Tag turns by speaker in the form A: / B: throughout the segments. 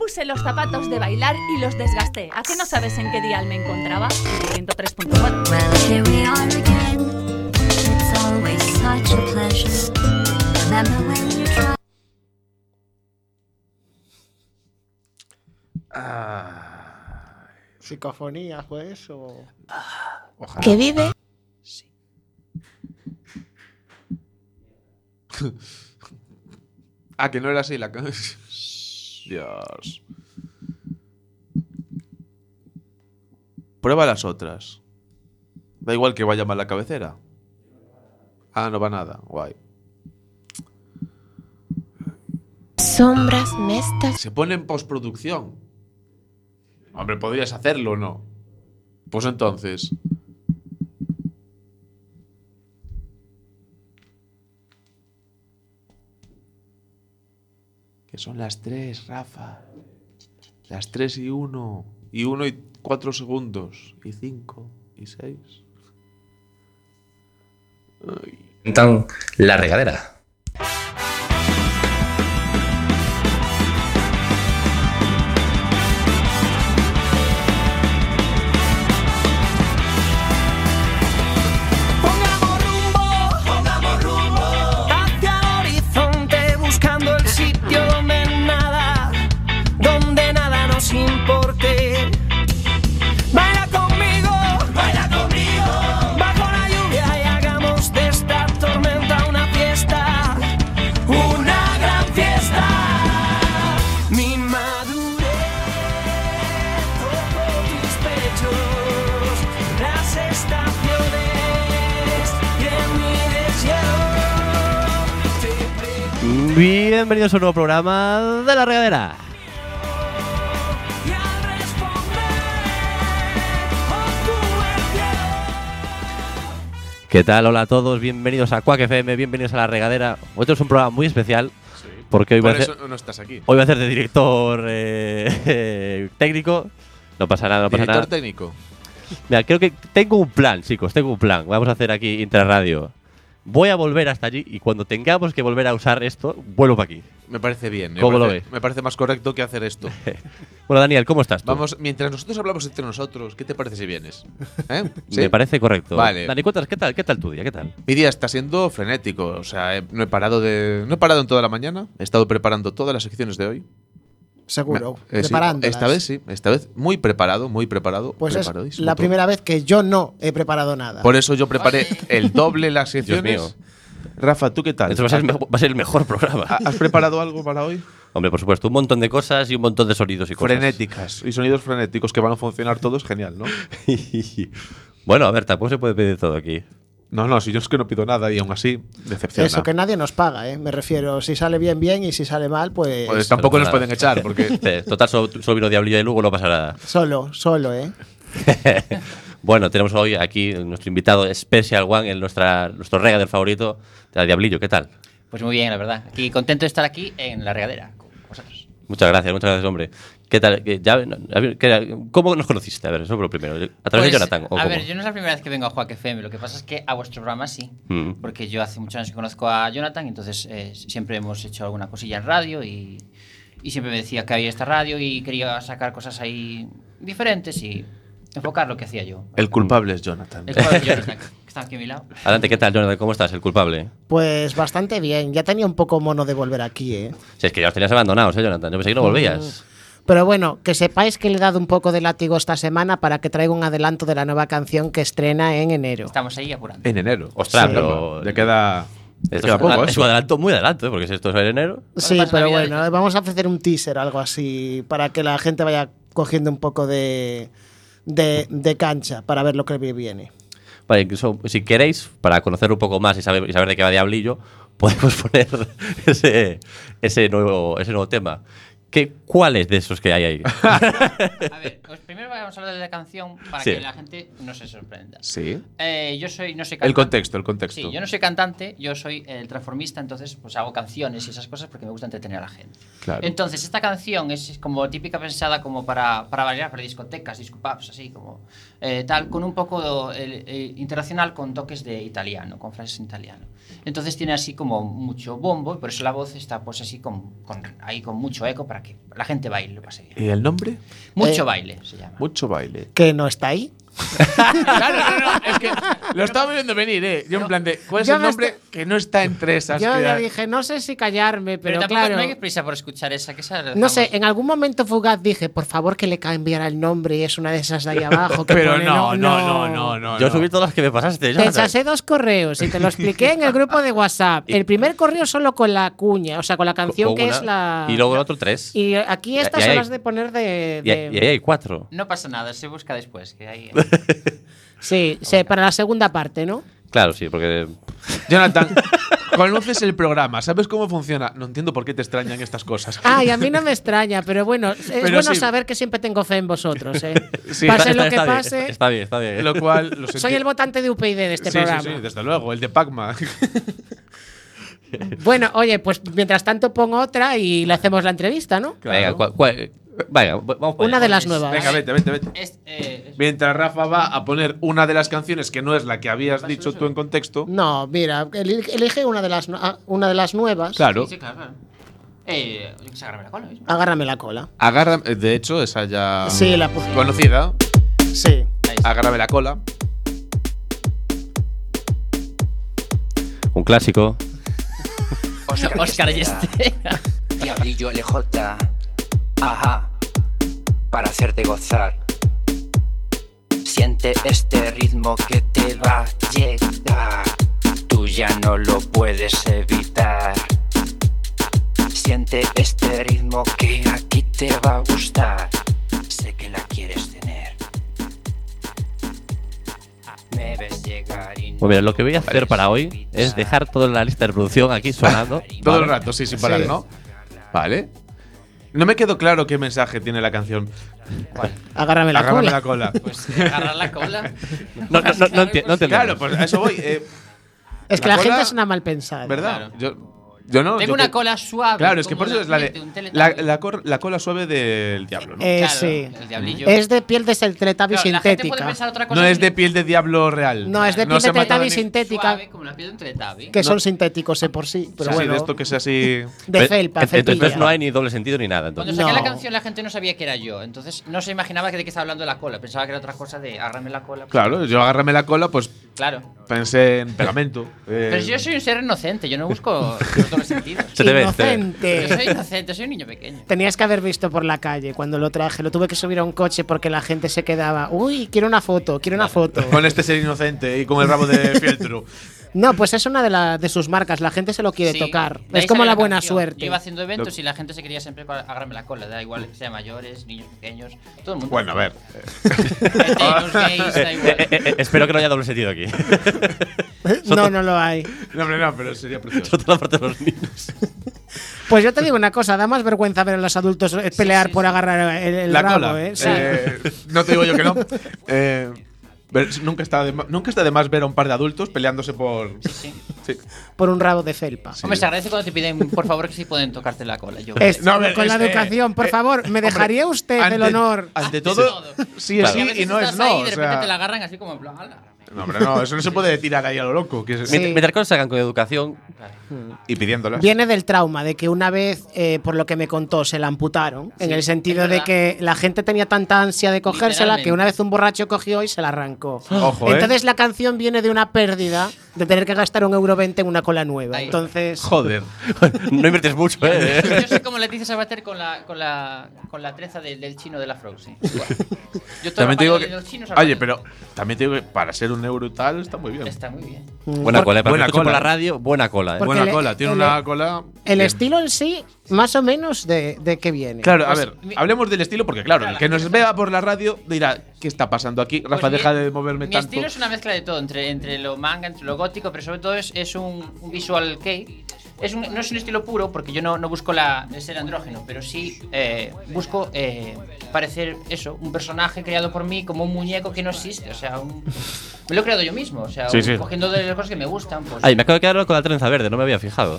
A: puse los zapatos de bailar y los desgasté. ¿A qué no sabes en qué dial me encontraba? En el 103.4.
B: Well, here we are again. It's always such a pleasure. Remember when you tried?
C: 呃
D: ¿Psicofonías, pues? O...
C: Ojalá.
E: que vive
C: Ah, que no era así la ca- Dios. Prueba las otras. Da igual que vaya mal la cabecera. Ah, no va nada. Guay.
E: sombras mestas
C: Se pone en postproducción. Hombre, podrías hacerlo, ¿no? Pues entonces. Que son las tres, Rafa. Las tres y uno. Y uno y cuatro segundos. Y cinco. Y seis.
F: Intentan la regadera.
G: Pongamos rumbo, pongamos rumbo hacia el horizonte, buscando el sitio donde nada, donde nada nos importe. Baila conmigo, baila conmigo, bajo la lluvia y hagamos de esta tormenta una fiesta, una gran fiesta. Mi madurez, toco tus pechos, las estaciones y en mi deseo te prego
H: Bienvenidos a un nuevo programa de la regadera.
G: y al responder, oh, tú el cielo.
H: ¿Qué tal? Hola a todos, bienvenidos a Quack FM, bienvenidos a la regadera. Hoy es un programa muy especial porque hoy voy,
C: Por
H: a hacer,
C: eso no estás aquí.
H: hoy voy a hacer de director eh, técnico. No pasa nada, no pasa
C: Director
H: nada.
C: técnico.
H: Mira, creo que tengo un plan, chicos, tengo un plan. Vamos a hacer aquí Interradio. Voy a volver hasta allí y cuando tengamos que volver a usar esto, vuelvo para aquí.
C: Me parece bien. me
H: ¿Cómo lo
C: parece-
H: ves?
C: Me parece más correcto que hacer esto.
H: Bueno, Daniel, ¿cómo estás? tú?
C: Vamos, mientras nosotros hablamos entre nosotros, ¿qué te parece si vienes? ¿Eh? ¿Sí?
H: Me parece correcto.
C: Vale.
H: Dani, cuéntanos, ¿qué tal, ¿qué tal tu día? ¿Qué tal?
C: Mi día está siendo frenético, o sea, he- no he parado de no he parado en toda la mañana, he estado preparando todas las secciones de hoy.
D: Seguro.
C: Eh, sí,
D: preparándolas.
C: esta vez sí, esta vez muy preparado, muy preparado.
D: Pues es
C: preparadísimo
D: la
C: todo.
D: primera vez que yo no he preparado nada.
C: Por eso yo preparé el doble las secciones.
H: Dios mío.
C: Rafa, ¿tú qué tal?
H: Esto va a ser, el
C: ¿Has-
H: mejo- va a ser el mejor programa.
C: ¿Has preparado algo para hoy?
H: Hombre, por supuesto, un montón de cosas y un montón de sonidos y cosas.
C: Frenéticas y sonidos frenéticos que van a funcionar todos, genial, ¿no?
H: bueno, a ver, tampoco se puede pedir todo aquí.
C: No, no, si yo es que no pido nada y aún así decepciona.
D: Eso que nadie nos paga, ¿eh? Me refiero, si sale bien, bien, y si sale mal, pues,
C: Pues tampoco nos pueden echar porque
H: Sí, Total, solo, solo vino Diablillo de Lugo, no pasa nada.
D: solo, solo, ¿eh?
H: Bueno, tenemos hoy aquí nuestro invitado Special One, el nuestra, nuestro rega del favorito, de Diablillo. ¿Qué tal?
I: Pues muy bien, la verdad. Aquí contento de estar aquí en la regadera con vosotros.
H: Muchas gracias, muchas gracias, hombre. ¿Qué tal? ¿Qué- ya- no, a ver, ¿qué- ¿Cómo nos conociste? A ver, eso por lo primero. ¿A través de
I: Pues,
H: Jonathan? ¿o
I: a
H: cómo?
I: ver, yo no es la primera vez que vengo a Juac FM, lo que pasa es que a vuestro programa sí,
H: Mm.
I: porque yo hace muchos años que conozco a Jonathan, entonces eh, siempre hemos hecho alguna cosilla en radio y, y siempre me decía que había esta radio y quería sacar cosas ahí diferentes y enfocar lo que hacía yo.
C: el culpable es Jonathan.
I: El cuadro de Jonathan, que está aquí a mi lado.
H: Adelante, ¿qué tal, Jonathan? ¿Cómo estás? El culpable.
D: Pues bastante bien. Ya tenía un poco mono de volver aquí, ¿eh?
H: Si es que ya os tenías abandonados, ¿eh, Jonathan? Yo pensé que no
I: Mm.
H: volvías.
D: Pero bueno, que sepáis que le he dado un poco de látigo esta semana para que traiga un adelanto de la nueva canción que estrena en enero.
I: Estamos ahí apurando.
C: En enero.
H: Ostras,
D: Sí.
H: pero.
C: Ya queda.
H: Esto
C: queda
H: es, un,
C: poco,
H: es
C: eso.
H: un adelanto muy adelanto, ¿eh? porque si esto es en enero.
D: Sí,
I: Ahora pasa
D: pero
I: Navidades.
D: bueno, vamos a hacer un teaser o algo así para que la gente vaya cogiendo un poco de, de, de cancha para ver lo que viene.
H: Vale, incluso si queréis, para conocer un poco más y saber, y saber de qué va Diablillo, podemos poner ese, ese, nuevo, ese nuevo tema. ¿Qué, ¿Cuál es de esos que hay ahí?
I: A ver, pues primero vamos a hablar de la canción para
H: Sí.
I: que la gente no se sorprenda.
C: Sí.
I: Eh, yo soy, no sé
C: El contexto, el contexto.
I: Sí, yo no soy cantante, yo soy el transformista, entonces pues hago canciones y esas cosas porque me gusta entretener a la gente.
C: Claro.
I: Entonces, esta canción es como típica pensada como para, para bailar, para discotecas, discopubs, así como eh, tal, con un poco eh, eh, internacional con toques de italiano, con frases en italiano. Entonces tiene así como mucho bombo y por eso la voz está pues así con, con- ahí con mucho eco para para que la gente baile, lo pase bien.
C: ¿Y el nombre?
I: Mucho
J: Eh,
I: baile se llama.
C: Eh, Mucho baile.
J: que no está ahí.
C: Claro, no, no, es que lo estaba viendo venir, ¿eh? Yo en plan de, ¿cuál es
D: Yo
C: el
D: me
C: nombre
D: estoy-
C: que no está entre esas?
D: Yo
C: que
D: ya
C: da-
D: dije, no sé si callarme,
I: pero
D: pero,
I: tampoco
D: claro.
I: no hay prisa por escuchar esa que esa la
D: No sé,
I: dejamos.
D: en algún momento fugaz dije, por favor que le cambiara el nombre y es una de esas de ahí abajo. que
C: Pero
D: pone,
C: no, no, no, no, no.
H: Yo
C: no.
H: subí todas las que me pasaste.
D: Te
H: Jonathan.
D: chasé dos correos y te lo expliqué en el grupo de WhatsApp. El primer correo solo con la cuña, o sea, con la canción
H: Con
D: que
H: una,
D: es la.
H: Y luego el otro tres. Y,
D: Y aquí
H: Y-
D: estas
H: y
D: son
H: ahí-
D: las de poner de.
H: y
D: de-
H: ahí hay cuatro.
I: No pasa nada, se busca después. Que hay...
D: Sí, sí, para la segunda parte, ¿no?
H: Claro, sí, porque.
C: Jonathan, conoces el programa, sabes cómo funciona. No entiendo por qué te extrañan estas cosas.
D: Ay, a mí no me extraña, pero bueno, es
C: Pero
D: bueno
C: sí.
D: saber que siempre tengo fe en vosotros, ¿eh?
C: Sí,
D: pase lo que
H: está- está bien,
D: pase,
H: está- está bien, está bien.
C: Lo cual, lo
D: soy
C: senti-
D: el votante de UPyD de este
C: sí,
D: programa.
C: Sí, sí, desde luego, el de Pac-Man.
D: Bueno, oye, pues mientras tanto pongo otra y le hacemos la entrevista, ¿no?
H: Venga, cua- cua- venga, va- vamos para
D: Una
H: allá.
D: de las nuevas.
C: Venga, vete, vete, vete.
I: Es- eh, es-
C: Mientras Rafa va a poner una de las canciones que no es la que habías dicho tú en contexto.
D: No, mira, eli- elige una de las, nu- ah, una de las nuevas.
C: Claro.
I: sí, sí, claro, claro. Eh, yo que sé, agárrame la cola. mismo.
D: Agárrame la cola.
C: Agarra, de hecho, esa ya
D: Sí, la puse.
C: conocida.
D: Sí.
I: Ahí está.
C: Agárrame la cola.
H: Un clásico.
I: Oscar Yestera.
F: Diablillo LJ. Ajá. Para hacerte gozar. Siente este ritmo que te va a llegar. Tú ya no lo puedes evitar. Siente este ritmo que aquí te va a gustar. Sé que la quieres tener. Me ves llegar y
H: Bueno, Pues mira, lo que voy a hacer para hoy es dejar toda la lista de producción aquí sonando.
C: Todo
H: ¿vale?
C: el rato, sí, sin parar,
D: Sí.
C: ¿no? Vale. No me quedó claro qué mensaje tiene la canción.
D: Agárrame la
C: Agárrame
D: cola.
C: la cola.
I: Pues eh, agarrar la cola.
H: No, no, no, no enti- no entiendo.
C: Claro, pues a eso voy. eh,
D: Es que
C: la
D: la,
C: cola-
D: gente es una mal pensada.
C: ¿Verdad? Yo, yo no.
I: Tengo
C: yo
I: una
C: que-
I: cola suave.
C: Claro, es que
I: como
C: por eso es la de.
I: de un
C: La,
I: Teletubby.
C: la cor- la cola suave del diablo, ¿no?
D: Eh,
I: Claro,
D: sí.
I: el diablillo.
D: Es de piel de Teletubbies
I: Claro, la gente puede
D: sintética.
I: pensar otra cosa
C: No es
I: que-
C: de piel de diablo real.
D: No, es de piel
C: se
D: de
C: ha matado
D: Teletubbies
C: ni-
D: sintética,
I: Suave, como la piel de un Teletubby.
D: que son sintéticos de por sí, pero
C: Sí,
D: bueno.
C: de esto que sea así.
D: de
H: Pero-
D: felpa,
H: ent- Entonces
D: felpilla.
H: no hay ni doble sentido ni nada.
I: Cuando
H: Entonces.
I: saqué
D: No.
I: la canción la gente no sabía que era yo, entonces no se imaginaba que de qué estaba hablando la cola, pensaba que era otra cosa de agarrarme la cola.
C: Claro, yo agárrame la cola, pues
I: Claro.
C: pensé en pegamento. eh,
I: Pero si yo soy un ser inocente, yo no busco los dobles sentidos.
H: Se te ve, se te ve.
D: Inocente.
I: Yo soy inocente, soy un niño pequeño.
D: Tenías que haber visto por la calle cuando lo traje. Lo tuve que subir a un coche porque la gente se quedaba. Uy, quiero una foto, quiero una foto.
C: Con este ser inocente y con el rabo de fieltro.
D: No, pues es una de, la- de sus marcas. La gente se lo quiere
I: Sí,
D: tocar.
I: de ahí
D: Es como
I: sale
D: la buena
I: canción. Yo
D: suerte.
I: iba haciendo eventos y la gente se quería siempre para agarrarme la cola, da igual que sea mayores, niños pequeños, todo el mundo.
C: Bueno, a ver.
I: Pequeños, gays, da
H: Eh, eh,
I: igual.
H: eh, espero que no haya doble sentido aquí.
D: No, no lo hay.
C: No, hombre, no, pero sería precioso.
H: Sobre todo la parte de los niños.
D: Pues yo te digo una cosa, da más vergüenza ver a los adultos eh, pelear por agarrar el, el
C: la
D: rabo,
C: cola.
D: ¿eh? Sí.
C: eh, no te digo yo que no. Eh, pero nunca, está de, ma- nunca está de más ver a un par de adultos peleándose por.
I: Sí.
C: Sí.
D: Por un rabo de felpa.
I: Hombre, se agradece cuando te piden, por favor, que si pueden tocarte la cola. Yo,
D: Es-
C: No, a ver,
D: con la
C: es, eh,
D: educación, por
C: eh,
D: favor, ¿me dejaría usted el honor?
C: Ante todo,
I: todo.
C: sí es
I: Porque a
C: sí
I: veces
C: y no
I: estás
C: es no.
I: ahí y
C: o
I: de repente
C: sea-
I: te la agarran así como. en plan, "Ala".
C: No, hombre, no, eso no se puede tirar ahí a lo loco. que es-
D: Sí.
H: Mientras mientras cosas se hagan con educación,
C: Y pidiéndolas.
D: Viene del trauma de que una vez, eh, por lo que me contó, se la amputaron, en el sentido
I: es
D: de
I: verdad.
D: que la gente tenía tanta ansia de cogérsela que
I: Literalmente.
D: una vez un borracho cogió y se la arrancó.
C: Ojo, ¿eh?
D: Entonces la canción viene de una pérdida de tener que gastar un euro veinte en una cola nueva.
I: Ahí.
D: Entonces,
C: Joder.
H: no inviertes mucho, ¿eh?
I: Yo sé cómo Leticia Sabater con la, con la, con la trenza del, del chino de la Frozen. Yo todo
C: También te digo
I: lo
C: que.
I: los chinos
C: Oye,
I: arrancan.
C: pero también te digo que para ser un euro y tal está muy bien.
I: Está muy bien.
H: Buena cola, eh, para
C: buena
H: que escuche por
C: cola.
H: la radio, buena cola. eh.
D: Porque
C: Buena
D: el-
C: cola, tiene
D: el-
C: una cola.
D: el
C: bien.
D: estilo en sí, más o menos, de, de qué viene.
C: Claro, a
I: Pues,
C: ver,
I: mi-
C: hablemos del estilo porque, claro, el que nos vea por la radio dirá, ¿qué está pasando aquí? Rafa,
I: Pues mi-
C: deja de moverme
I: mi
C: tanto.
I: estilo es una mezcla de todo, entre, entre lo manga, entre lo gótico, pero sobre todo es, es un, un visual kei. Es un- no es un estilo puro, porque yo no, no busco la, de ser andrógeno, pero sí eh, busco eh, parecer eso, un personaje creado por mí como un muñeco que no existe. O sea, un- me lo he creado yo mismo, o sea,
C: Sí,
I: un-
C: sí.
I: cogiendo de las cosas que me gustan. Pues,
H: Ay, me acabo de quedar con la trenza verde, no me había fijado.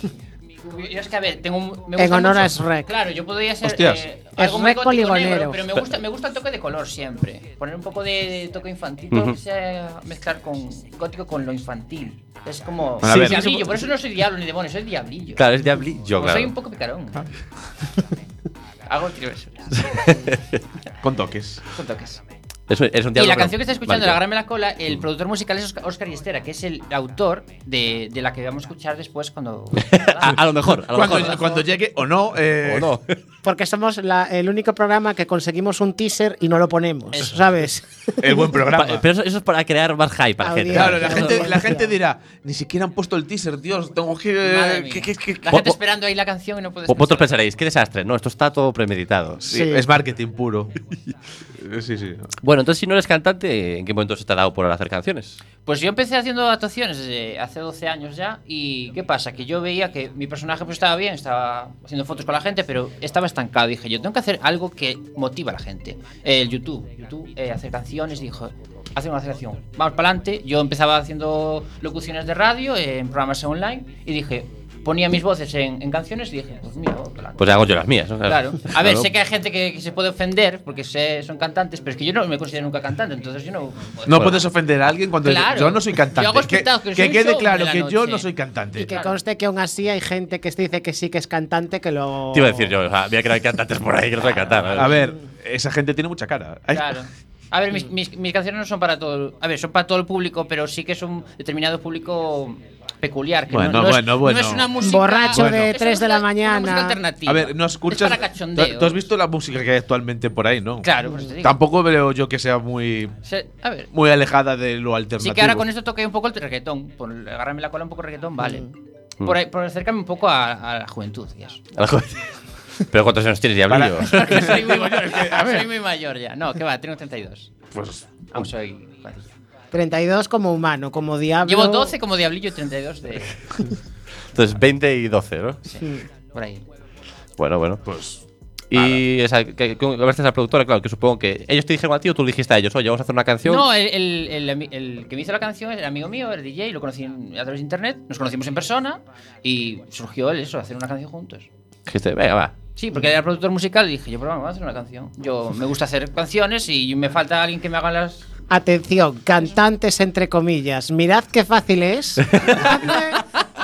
I: Yo es que, a ver, tengo un, me
D: En
I: gusta
D: honor
I: mucho-
D: a Shrek.
I: Claro, yo podría ser
C: Hostias.
I: eh, algo muy
D: Shrek
I: gótico
D: poligonero.
I: negro, pero me gusta, me gusta el toque de color siempre. Poner un poco de toque infantil,
H: Ujú.
I: que sea mezclar con gótico con lo infantil. Es como
C: A ver.
I: diablillo, por eso no Pues soy diablo ni demonio, soy diablillo.
H: Claro, es diablillo,
I: Como
H: claro.
I: soy un poco picarón. Hago travesuras.
K: Con toques.
I: Con toques.
H: Eso es un
I: Y
H: diálogo
I: la canción que está escuchando,
H: vale.
I: La Gran la Cola, el productor musical es Oscar, Oscar Yestera, que es el autor de, de la que vamos a escuchar después cuando.
H: a, a lo mejor, a lo
K: Cuando,
H: mejor.
K: cuando llegue o no. eh,
H: O no.
D: Porque somos la- el único programa que conseguimos un teaser y no lo ponemos, ¿sabes?
K: El buen programa.
H: Pa- Pero eso, eso es para crear más hype para la gente.
D: Audiencia.
K: Claro, la
D: Claro,
K: gente, la
D: audiencia.
K: gente dirá, ni siquiera han puesto el teaser, Dios, tengo que. eh,
C: Eh,
I: Madre mía.
K: que- que- que-
I: La
H: Vo-
I: gente
H: vo-
I: esperando ahí la canción y no puedes.
H: Vosotros pensaréis, qué desastre. No, esto está todo premeditado.
K: Sí,
D: Sí.
K: Es marketing puro. sí, sí.
H: Bueno, entonces si no eres cantante, ¿en qué momento se te ha dado por hacer canciones?
I: Pues yo empecé haciendo actuaciones desde hace 12 años ya y ¿qué pasa? Que yo veía que mi personaje pues estaba bien, estaba haciendo fotos con la gente, pero estaba estancado. Dije, yo tengo que hacer algo que motiva a la gente. El YouTube, YouTube, eh, hacer canciones, dijo, hacer una canción. Vamos para adelante. Yo empezaba haciendo locuciones de radio eh, en programas online y dije, ponía mis voces en, en canciones y dije, pues mira, vamos pa'lante.
H: Pues hago yo las mías. ¿no?
I: Claro. A ver,
H: Claro.
I: sé que hay gente que, que se puede ofender porque sé- son cantantes, pero es que yo no me considero nunca cantante, entonces yo no.
K: No puedes ofender a alguien cuando
I: Claro.
K: yo no soy cantante.
I: Yo hago
K: que que
I: espectáculos, soy un
K: quede
I: show
K: claro
I: de la
K: que yo
I: noche.
K: no soy
D: Y
K: cantante.
D: que conste que aún así hay gente que dice que sí que es cantante que lo.
H: Te iba a decir yo, o sea, voy a crear cantantes por ahí que no saben cantar. ¿no?
K: A ver, esa gente tiene mucha cara. ¿eh? Ay,
I: Claro. A ver, mis, mis- mis canciones no son para todo. A ver, son para todo el público, pero sí que es un determinado público peculiar. Que
K: Bueno,
I: no, no es-
K: bueno,
I: no
K: bueno.
I: es una música.
D: Borracho
K: de
I: es una
D: 3 de la
I: música-
D: mañana.
I: una música alternativa.
K: A ver, no escuchas.
I: Es para cachondeo.
K: ¿Tú has visto la música que hay actualmente por ahí, no?
I: Claro, por eso te digo.
K: Tampoco veo yo que sea muy,
I: O sea, a ver.
K: muy alejada de lo alternativo.
I: Sí que ahora con esto toqué un poco el reggaetón. Por agarrarme la cola un poco el reggaetón, vale.
K: Mm.
I: Por, ahí- por acercarme un poco a, a la juventud. ya.
H: A lo mejor- Pero ¿cuántos años tienes, Diablillo?
I: Porque soy muy, mayor,
K: a ver.
I: soy muy mayor ya. No, que va, tengo 32.
K: Pues,
I: Aún soy. jovencillo.
D: 32 como humano, como diablo.
I: Llevo 12 como diablillo y 32 de.
H: Entonces 20 y 12, ¿no?
I: Sí, por ahí.
H: Bueno, bueno.
K: pues
H: Y esa, que, que- que hablaste de esa productora, claro, que supongo que ellos te dijeron a ti o tú le dijiste a ellos, oye, vamos a hacer una canción.
I: No, el, el- el ami- el que me hizo la canción era amigo mío, era DJ, lo conocí en- a través de internet, nos conocimos en persona y surgió el eso, hacer una canción juntos.
H: Dijiste, venga, va.
I: Sí, porque era productor musical y dije, yo, pero vamos a hacer una canción. Yo me gusta hacer canciones y me falta alguien que me haga las.
D: Atención, cantantes entre comillas. Mirad qué fácil es. hazme,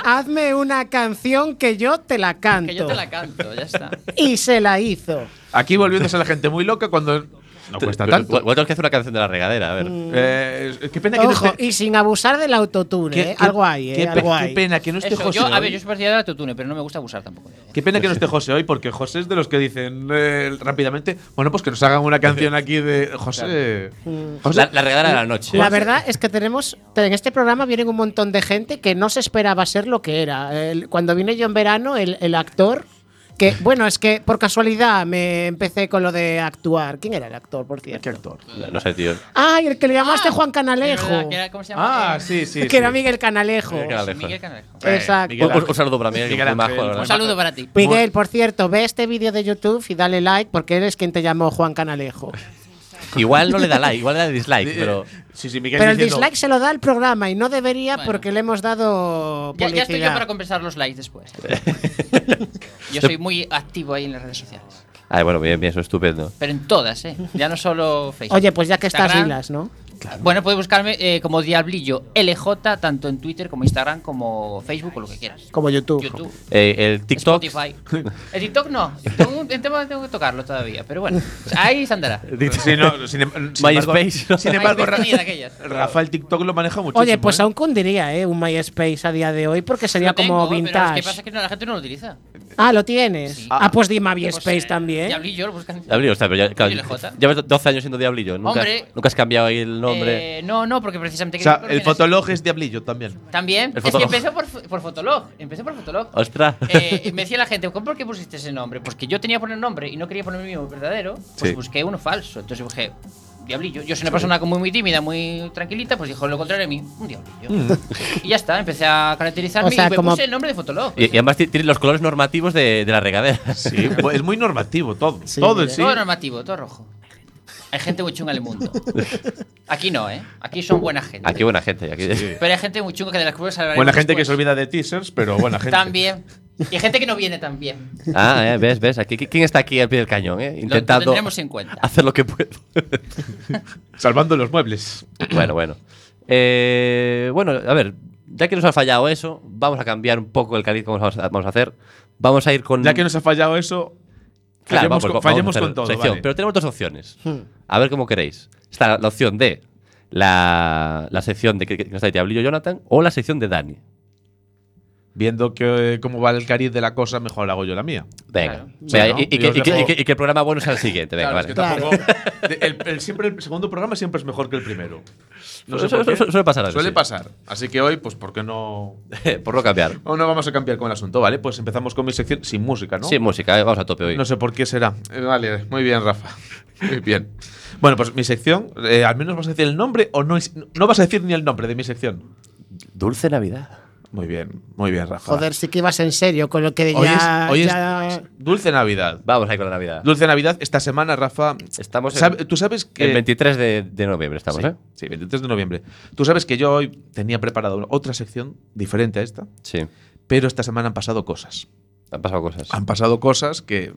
D: hazme una canción que yo te la canto.
I: Que yo te la canto, ya está.
D: Y se la hizo.
K: aquí volviéndose la gente muy loca cuando. No cuesta
H: Pero,
K: tanto.
H: ¿cu- cuántos que hacer una canción de la regadera, a ver.
C: Mm.
K: Eh, es- qué pena que no
D: Ojo,
K: esté-
D: y sin abusar del autotune,
K: qué-
D: ¿eh?
K: qué-
D: algo hay, ¿eh?
K: qué pe-
D: algo
K: Qué
D: hay.
K: pena que no esté
I: Eso,
K: Este José.
I: yo, a ver,
K: hoy.
I: yo soy partidario de autotune, pero no me gusta abusar tampoco. de él.
K: Qué pena que no esté José hoy, porque José es de los que dicen eh, rápidamente, bueno, pues que nos hagan una canción aquí de José. José.
H: La, la regadera de la noche.
D: La verdad es que tenemos. En este programa vienen un montón de gente que no se esperaba ser lo que era. El- cuando vine yo en verano, el, el actor. Que, bueno, es que por casualidad me empecé con lo de actuar. ¿Quién era el actor, por cierto?
K: ¿Qué actor?
H: No sé, tío.
D: ¡Ay, el que le llamaste Juan
I: Que
D: Canalejo!
I: era- Ah, que era- ¿Cómo se llama?
K: Ah, sí, sí.
D: que
K: sí. Eh,
D: era Miguel Canalejo.
H: Miguel Canalejo.
I: Miguel Canalejo.
D: Exacto.
K: Miguel
H: Un, un-
K: Ángel.
H: un saludo para mí, que
K: Miguel
H: es muy
K: Ángel.
H: majo, la
I: Un
H: verdad.
I: saludo para ti.
D: Pues, Miguel, por cierto, ve este vídeo de YouTube y dale like porque eres quien te llamó Juan Canalejo.
H: Igual no le da like, igual le da dislike, pero.
K: Sí, sí, Miguel
D: Pero el
K: diciendo-
D: dislike se lo da al programa y no debería
I: Bueno.
D: porque le hemos dado
I: Ya,
D: publicidad.
I: ya estoy yo para compensar los likes después. yo soy muy activo ahí en las redes sociales.
H: Ay, bueno, bien, bien, eso es estupendo.
I: Pero en todas, ¿eh? Ya no solo Facebook.
D: Oye, pues ya que estás
I: Instagram.
D: hilas, ¿no?
I: Bueno, puedes buscarme eh, como Diablillo LJ, tanto en Twitter como Instagram, como Facebook o lo que quieras.
L: Como YouTube.
I: YouTube,
H: Eh, el TikTok.
I: Spotify. El TikTok no. Tengo un- el tema tengo que tocarlo todavía, pero bueno. o sea, Ahí se andará.
K: Sí, no, sin em- sin embargo-
H: MySpace, ¿no?
K: Sin embargo,
I: MySpace
K: Ra-
I: tenía de aquellas.
K: Rafael TikTok lo maneja muchísimo.
D: Oye, pues
K: ¿eh?
D: aún cundiría, ¿eh? Un MySpace a día de hoy porque sería
I: Lo tengo,
D: como
I: Pero es
D: vintage.
I: que pasa que no, la gente no lo utiliza.
D: Ah, ¿lo tienes?
I: Sí.
D: Ah, pues di MySpace
I: Pues, eh,
D: también.
I: Diablillo, lo buscan.
H: Diablillo, está, pero ya, claro,
I: Diablillo LJ.
H: llevas 12 años siendo Diablillo. Nunca,
I: Hombre.
H: nunca has cambiado ahí el nombre.
I: Eh, no, no, porque precisamente.
K: O sea,
I: creo que
K: el
I: viene
K: fotolog es diablillo también.
I: así. También.
H: El
I: Es que
H: Fotolog.
I: empezó por, fu- por Fotolog. Empezó por Fotolog.
K: Ah.
H: Ostras.
I: Eh, y me decía la gente, ¿cómo por qué pusiste ese nombre? Pues que yo tenía que poner nombre y no quería poner mi mismo verdadero, pues
H: Sí.
I: busqué uno falso. Entonces busqué diablillo. Yo soy una persona como muy, muy tímida, muy tranquilita, pues dijo lo contrario de mí, un diablillo.
K: Mm.
I: y ya está, empecé a caracterizarme
D: O sea,
I: y me
D: como-
I: puse el nombre de Fotolog.
H: y, y además ti- tienes los colores normativos de, de la regadera.
K: Sí, pues es muy normativo todo.
L: Sí,
K: todo en
L: mira.
K: sí.
I: Todo normativo, todo rojo. Hay gente muy chunga en el mundo. Aquí no, ¿eh? Aquí son buena gente.
H: Aquí buena gente. Aquí.
I: Pero hay gente muy chunga que de las curvas hablaremos
K: Buena gente que se
I: después.
K: olvida de teasers, pero buena gente.
I: También. Y hay gente que no viene también.
H: Ah, eh, ves, ves. Aquí, ¿Quién está aquí al pie del cañón? Eh? Intentando
I: tendremos en cuenta.
H: hacer lo que puedo.
K: Salvando los muebles.
H: bueno, bueno. Eh, bueno, a ver, ya que nos ha fallado eso, vamos a cambiar un poco el cariz que vamos a, vamos a hacer. Vamos a ir con.
K: Ya que nos ha fallado eso,
H: Mm. Claro,
C: Fallemos
H: vamos,
C: con-
H: vamos a
C: fallemos
H: hacer
C: con todo,
H: sección.
C: vale.
H: Pero tenemos dos opciones.
C: Hmm.
H: A ver cómo queréis. Está la opción de la, la sección de que, que- que está de Diablillo Jonathan o la sección de Dani.
C: Viendo
K: eh,
C: que, cómo va el cariz de la cosa, mejor hago yo la mía.
H: Venga.
C: Sí,
H: Venga,
C: ¿no?
H: y, y que,
C: Yo os
H: y que-
C: dejo-
H: y que- y que el programa bueno sea el siguiente. Venga,
C: Claro, es
H: vale.
C: que tampoco- de- el, el- siempre el segundo programa siempre es mejor que el primero. No sé
H: Su-
C: por
H: su-
C: qué.
H: su- suele pasar algo,
C: Suele
H: sí.
C: pasar. Así que hoy, pues, ¿por qué no?
H: por no cambiar.
C: O no vamos a cambiar con el asunto, ¿vale? Pues empezamos con mi sección sin música, ¿no?
H: Sin música, eh, vamos a tope hoy.
C: No sé por qué será. Eh, Vale, muy bien, Rafa. Muy bien. Bueno, pues mi sección, eh, al menos vas a decir el nombre o no, es- no vas a decir ni el nombre de mi sección.
H: Dulce Navidad.
C: Muy bien, muy bien, Rafa.
D: Joder, sí que ibas en serio con lo que
C: Hoy es-
D: ya.
C: hoy es,
D: ya-
C: Dulce Navidad.
H: Vamos ahí con la Navidad.
C: Dulce Navidad, esta semana, Rafa.
H: Estamos en-
C: sabe- Tú sabes que.
H: El 23 de, de noviembre estamos,
C: sí,
H: ¿eh?
C: sí, 23 de noviembre. Tú sabes que yo hoy tenía preparado una- otra sección diferente a esta.
H: Sí.
C: Pero esta semana han pasado cosas.
H: Han pasado cosas.
C: Han pasado cosas que,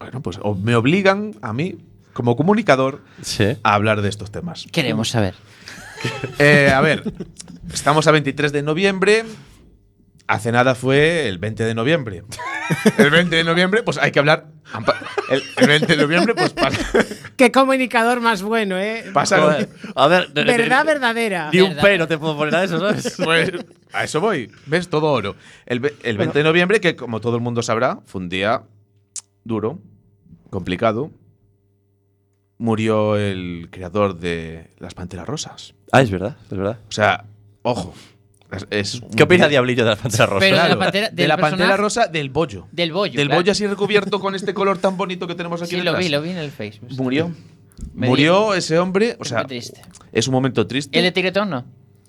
C: bueno, pues o me obligan a mí, como comunicador,
H: Sí.
C: a hablar de estos temas.
I: Queremos saber.
C: Eh, a ver, estamos a 23 de noviembre. Hace nada fue el 20 de noviembre. El 20 de noviembre, pues hay que hablar. han pa- El, el 20 de noviembre, pues pasa.
D: Qué comunicador más bueno, ¿eh?
C: pasa-
H: A ver, de- de-
D: Verdad
H: de-
D: verdadera.
H: Ni un pero te puedo poner a eso, ¿sabes?
C: Pues a eso voy. ¿Ves? Todo oro. El, ve- el 20 de noviembre, que como todo el mundo sabrá, fue un día duro, complicado. Murió el creador de Las Panteras Rosas.
H: Ah, es verdad, es verdad.
C: O sea, ojo. es- es un
H: ¿Qué opina
C: día-
H: Diablillo de las panteras rosas?
I: Pero de la
C: Claro,
I: pantera,
C: de
I: del
C: la Pantera
I: personaje-
C: Rosa del bollo.
I: Del bollo.
C: Del
I: claro.
C: bollo así recubierto con este color tan bonito que tenemos aquí
I: Sí, lo
C: detrás.
I: vi, lo vi en el Facebook.
C: Murió.
I: Me
C: Murió ese hombre. O sea,
I: Qué triste.
C: es un momento triste.
I: ¿El de Tigretón no?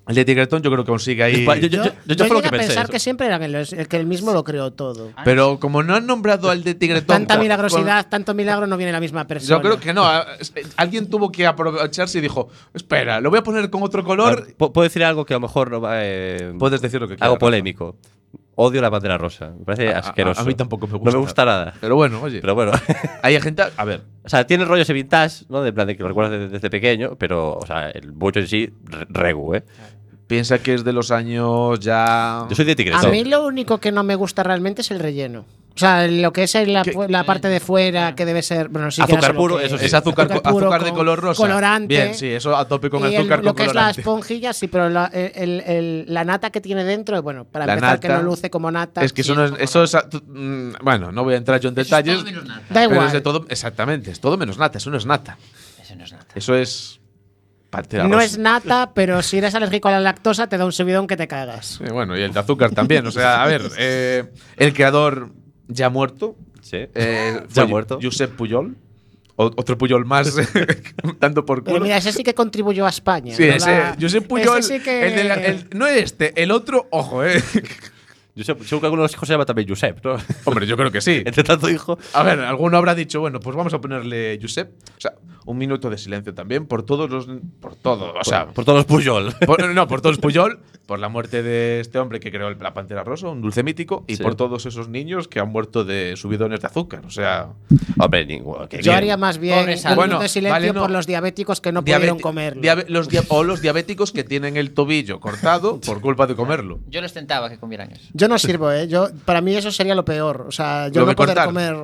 C: El de Tigretón yo creo que consigue ahí.
H: Yo, yo, yo, yo, yo fue lo
D: llegué
H: que
D: a
H: pensé.
D: pensar que siempre era que, los- que él mismo lo creó todo.
C: Pero como no han nombrado al de Tigretón.
D: Tanta
C: Ah, con-
D: milagrosidad, tanto milagro no viene la misma
C: con-
D: persona.
C: yo creo que no. a- es- Alguien tuvo que aprovecharse y dijo: Espera, lo voy a poner con otro color.
H: Pu- Puedo decir algo que a lo mejor no va. eh,
C: Puedes decir lo que quieras.
H: algo polémico. Odio la bandera rosa. Me parece
C: A- a-
H: asqueroso.
C: a mí tampoco me
H: No
C: gusta.
H: me gusta nada.
C: Pero bueno, oye.
H: Pero bueno.
C: Hay gente. A ver.
H: o sea, tiene rollo ese vintage, ¿no? De plan de que lo recuerdas desde, desde pequeño, pero, o sea, el bollo en sí, re- regu, ¿eh?
C: Piensa que es de los años ya.
H: Yo soy de
D: Ah. A
H: Tigretón.
D: mí lo único que no me gusta realmente es el relleno. O sea, lo que es el- la, fu- la parte de fuera que debe ser. Bueno, sí que
H: Azúcar
D: no sé lo
H: puro,
D: que
H: eso sí.
C: Es azúcar, azúcar,
D: puro
C: de
D: con-
C: color rosa.
D: Colorante.
C: Bien, sí, eso a tope con
D: Y el-
C: azúcar
D: lo
C: con
D: que es la
C: colorante.
D: esponjilla, sí, pero la, el- el- la nata que tiene dentro, bueno, para
C: La
D: empezar, que
C: nata.
D: no luce como nata.
C: Es que eso no es. Eso es a- tú- mm, bueno, no voy a entrar yo en detalles.
I: todo menos nata.
D: Da
C: Pero
D: igual.
C: es de todo. Exactamente, es todo menos nata. Eso no es nata.
I: Eso no es nada.
C: Eso es. Parte de la
D: no
C: rosa.
D: es nata, pero si eres alérgico a la lactosa, te da un subidón que te cagas.
C: Sí, bueno, y el de azúcar también. O sea, a ver, eh, el creador ya muerto.
H: Sí.
C: eh,
H: Ya
C: fue
H: muerto.
C: Josep Puyol. O- otro Puyol más, dando por
D: Pero
C: culo.
D: mira, ese sí que contribuyó a España.
C: sí,
D: ¿no?
C: ese,
D: La-
C: Josep Puyol.
D: ese sí que-
C: el de la- el- no este, el otro, ojo, eh.
H: Yo sé- seguro que alguno de los hijos se llama también Josep, ¿no?
C: Hombre, yo creo que sí.
H: Entre tanto hijo. pues,
C: A ver, alguno habrá dicho, bueno, pues vamos a ponerle Josep. O sea, un minuto de silencio también por todos los. Por todo, o sea.
H: por, por todos los Puyol.
C: por- no, por todos Puyol, por la muerte de este hombre que creó el- la Pantera Rosa, un dulce mítico, y
H: Sí.
C: por todos esos niños que han muerto de subidones de azúcar. O sea,
H: Hombre, ninguno. qué
D: Yo
H: bien.
D: haría más bien
I: Pobre
D: un
I: Sandro.
D: minuto
C: Bueno,
D: de silencio
C: vale, no.
D: por los diabéticos que no pudieron
C: diabeti-
D: comerlo.
C: diabe- los dia- o los diabéticos que tienen el tobillo cortado por culpa de comerlo.
I: Yo les tentaba que comieran eso.
D: yo no sirvo, ¿eh? Yo, para mí eso sería lo peor. O sea, yo
C: Lo de
D: no poder
C: cortar.
D: comer.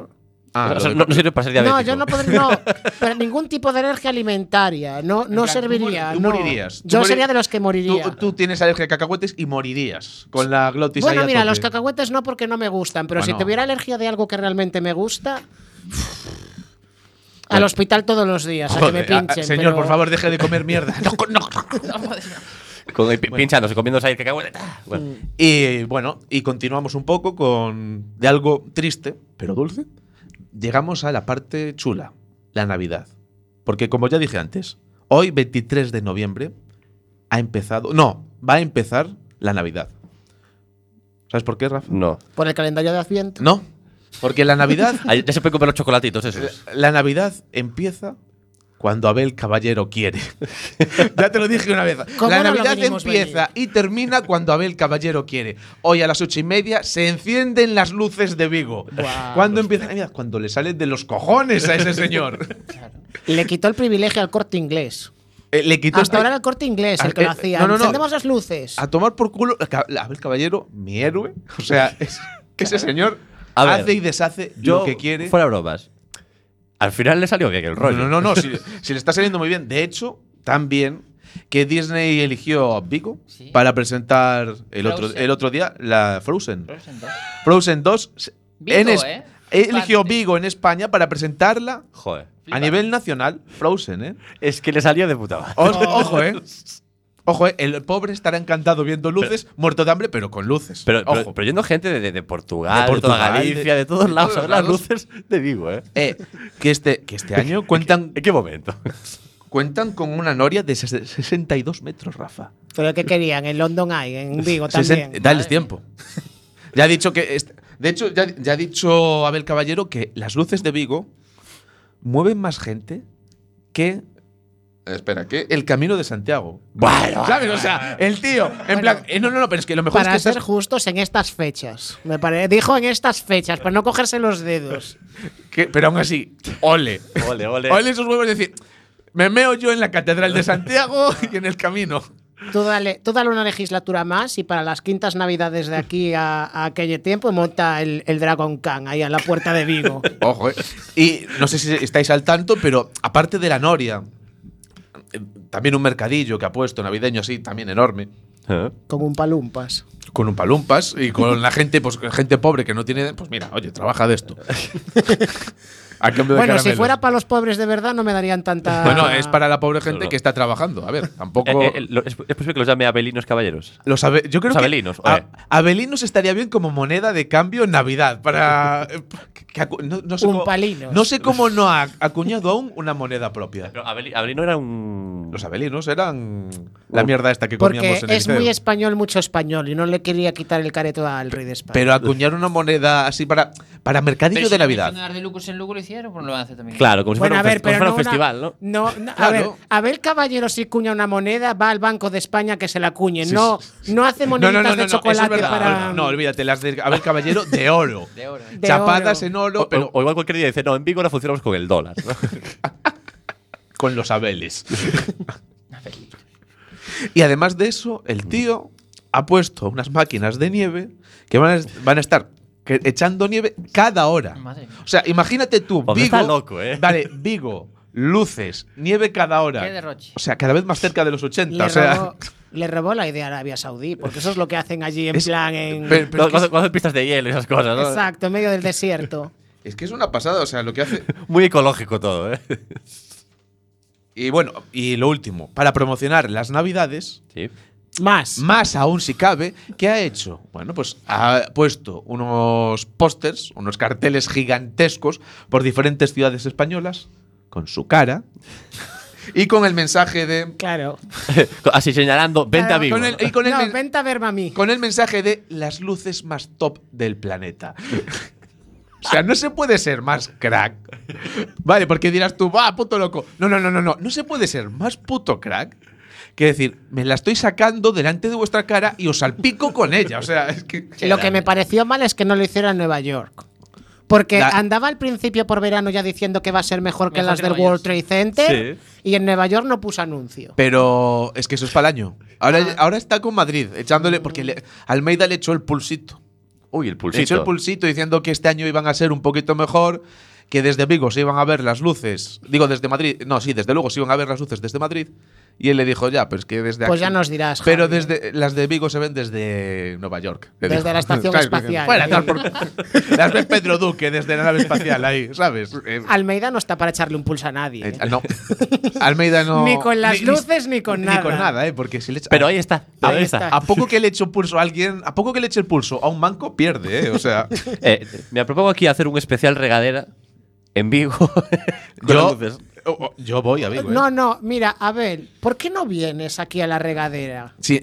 C: Ah,
H: O sea,
C: lo de-
H: no, no sirve para ser diabético.
D: No, yo no podría. No, pero ningún tipo de alergia alimentaria. No, no
C: En plan, tú mor-
D: serviría.
C: tú
D: no.
C: morirías. Tú
D: Yo
C: mori-
D: sería de los que moriría.
C: Tú, tú tienes alergia a cacahuetes y morirías con la glotis ahí
D: Bueno,
C: a
D: mira,
C: tope.
D: los cacahuetes no porque no me gustan, pero
C: Bueno.
D: si tuviera alergia de algo que realmente me gusta. Al hospital todos los días, a que me
C: Joder, a- a-
D: pinchen.
C: señor,
D: pero-
C: por favor, deje de comer mierda. No, no, no.
H: Con el pi- pinchándose, comiéndose ahí el cacahuete. Ah, Bueno.
C: Y bueno, y continuamos un poco con de algo triste, pero dulce. Llegamos a la parte chula, la Navidad. Porque como ya dije antes, hoy 23 de noviembre ha empezado, no, va a empezar la Navidad. ¿Sabes por qué, Rafa?
H: No.
D: Por el calendario de Adviento.
C: No, porque la Navidad,
H: Ah, Ya se pueden comprar los chocolatitos esos.
C: la Navidad empieza cuando Abel Caballero quiere. ya te lo dije una vez.
D: ¿Cómo
C: La
D: no lo
C: Navidad
D: vimos
C: empieza y termina cuando Abel Caballero quiere. Hoy a las ocho y media se encienden las luces de Vigo.
D: Guau.
C: ¿Cuándo empieza la Navidad? Cuando le salen de los cojones a ese señor.
D: Le quitó el privilegio al corte inglés.
C: Eh, le quitó
D: Hasta
C: esta-
D: Ah, ahora era el corte inglés el que lo
C: Ah, eh,
D: hacía.
C: no, no, Ah. no.
D: Encendemos las luces.
C: A tomar por culo. eh, Ca- Abel Caballero, mi héroe. O sea, es- ese señor
H: A ver,
C: hace y deshace
H: Yo,
C: lo que quiere.
H: Fuera bromas. Al final le salió bien el rollo.
C: No, no, no. si, si le está saliendo muy bien. De hecho, tan bien que Disney eligió a Vigo para presentar el otro,
I: Frozen.
C: el otro día la Frozen.
I: Frozen dos.
C: Frozen 2. se-
I: Vigo,
C: en es-
I: ¿eh?
C: Eligió Vigo en España para presentarla
H: Joder.
C: a nivel nacional. Frozen, ¿eh?
H: Es que le salió de puta madre.
C: Ojo, ¿eh? Ojo, ¿eh? El pobre estará encantado viendo luces, muerto de hambre, pero con luces.
H: Pero, pero-
C: Ojo.
H: pero yendo gente de, de- de Portugal, de, toda
C: Portugal,
H: Galicia, de, todos lados, a ver las
C: lados.
H: luces de Vigo, ¿eh?
C: Eh, que este, que este año cuentan.
H: ¿En qué momento?
C: Cuentan con una noria de ses- 62 metros, Rafa.
D: Pero ¿qué querían? En London hay, en Vigo
C: Sesen-
D: también.
C: Dales tiempo. ya ha dicho que. est- de hecho, ya, ya ha dicho Abel Caballero que las luces de Vigo mueven más gente que. Espera, que el camino de Santiago.
H: Bueno,
C: ¿Sabes? O sea, el tío, en plan. eh, no, no, no, pero es que lo mejor
D: Para
C: es que
D: ser
C: estás-
D: justos en estas fechas. Me pare- Dijo en estas fechas, para no cogerse los dedos.
C: que- pero aún así, ole.
H: Ole, ole.
C: Ole esos huevos de decir, me meo yo en la Catedral de Santiago y en el camino.
D: Tú dale, tú dale una legislatura más y para las quintas navidades de aquí a, a aquel tiempo monta el, el Dragon Khan ahí a la puerta de Vigo.
C: Ojo, eh. Y no sé si estáis al tanto, pero aparte de la Noria, eh, también un mercadillo que ha puesto navideño así, también enorme,
H: ¿Eh?
D: Como un palumpas.
C: con un palumpas y con la gente, pues con gente pobre que no tiene, pues mira, oye, trabaja de esto. A cambio de
D: Bueno, si
C: caramelos.
D: fuera para los pobres de verdad no me darían tanta...
C: Bueno, es para la pobre gente
H: Claro.
C: que está trabajando. A ver, tampoco.
H: Eh, eh, eh, lo- es, es posible que los llame Abelinos Caballeros.
C: Los abe- yo creo
H: Los
C: que
H: abelinos,
C: a-
H: oye.
C: abelinos estaría bien como moneda de cambio en Navidad para eh, que- que acu- no, no sé
D: Un
C: cómo,
D: palinos.
C: No sé cómo no ha acuñado aún una moneda propia.
H: Pero Abeli- Abelino era un.
C: Los abelinos eran la mierda esta que
D: Porque
C: comíamos en el
D: es muy
C: liceo.
D: español, mucho español, y no le quería quitar el careto al rey de España.
C: Pero acuñar una moneda así para para mercadillo
I: Pero
C: de
I: si
C: Navidad.
I: mencionar de Lucas en Lugo lo hicieron, pues lo van a hacer también.
H: Claro, como si
D: Bueno,
H: fuera
D: a
H: un,
D: ver,
H: fes-
C: pues
H: como si
D: pero
H: fuera
D: no
H: un
D: una- No,
H: festival, ¿no?
D: no, a
C: Claro.
D: ver, a ver, caballero, si cuña una moneda, va al Banco de España que se la cuñe.
C: Sí,
D: no, no hace moneditas de
C: eso es
D: chocolate
C: verdad.
D: para.
C: No, olvídate, las de Abel Caballero de oro.
I: De oro. ¿eh?
D: De
C: Chapadas
D: oro.
C: en
H: O-
C: oro,
H: o,
C: pero
H: o igual cualquier día dice, no, en Vigo ahora funcionamos con el dólar. ¿no?
C: con los abeles. y además de eso, el tío ha puesto unas máquinas de nieve que van a, es- van a estar que- echando nieve cada hora.
I: Madre mía.
C: O sea, imagínate tú,
H: Hombre,
C: Vigo.
H: está loco, ¿eh?
C: Vale, Vigo, luces, nieve cada hora.
I: Qué derroche.
C: O sea, cada vez más cerca de los 80.
D: Le,
C: o sea,
D: robó, le robó la idea a Arabia Saudí, porque eso es lo que hacen allí en
C: Es-
D: plan. En,
C: Pero- pero es,
H: Cuando-
C: que
H: cuando
C: es-
H: cuando hacen pistas de hielo y esas cosas, ¿no?
D: exacto, en medio del desierto.
C: es que es una pasada, o sea, lo que hace.
H: Muy ecológico todo, ¿eh?
C: Y bueno, y lo último, para promocionar las Navidades,
H: Sí.
D: Más.
C: más aún si cabe, ¿qué ha hecho? Bueno, pues ha puesto unos pósters, unos carteles gigantescos por diferentes ciudades españolas con su cara y con el mensaje de.
D: Claro.
H: Así señalando, vente a Vigo.
C: Con el, y con el
D: no,
C: men-
D: vente a verme a mí.
C: con el mensaje de las luces más top del planeta. O sea, no se puede ser más crack. Vale, porque dirás tú, va, puto loco. No, no, no, no, no. No se puede ser más puto crack que decir, me la estoy sacando delante de vuestra cara y os salpico con ella. O sea, es que.
D: Lo que me pareció mal es que no lo hiciera en Nueva York. Porque
C: La-
D: andaba al principio por verano ya diciendo que va a ser mejor, que
I: Mejor
D: las
I: que
D: del
I: Nueva
D: World
I: York.
D: Trade Center. Y en Nueva York no puso anuncio.
C: Pero es que eso es para el año. Ahora,
D: Ah.
C: ahora está con Madrid, echándole. Porque le- Almeida le echó el pulsito.
H: Uy, el
C: Le echó el
H: pulsito.
C: pulsito diciendo que este año iban a ser un poquito mejor, que desde Vigo se iban a ver las luces. Digo, desde Madrid. No, sí, desde luego se iban a ver las luces desde Madrid. Y él le dijo, ya, pero es que desde
D: Pues
C: aquí-
D: ya nos dirás,
C: Pero
D: Javi. ¿eh?
C: desde las de Vigo se ven desde Nueva York. le
D: Desde
C: dijo.
D: la estación
C: ¿Sabes?
D: espacial.
C: Fuera, tal por- las ve Pedro Duque desde la nave espacial ahí, ¿sabes? Eh,
D: Almeida no está para echarle un pulso a nadie.
C: eh,
D: ¿eh?
C: no. Almeida no.
D: Ni con las luces, ni con
C: Ni con
D: nada.
C: nada, ¿eh? Porque si le echa-
H: Pero ahí está.
D: Ahí
H: Ahí está.
D: está.
C: A poco que le eche un pulso a alguien, a poco que le eche el pulso a un manco, pierde, ¿eh? O sea.
H: Eh, me propongo aquí hacer un especial regadera en Vigo. con
C: yo,
H: las luces.
C: o- o- yo voy a Vigo. ¿eh?
D: No, no, mira, Abel, ¿por qué no vienes aquí a la regadera?
C: Sí.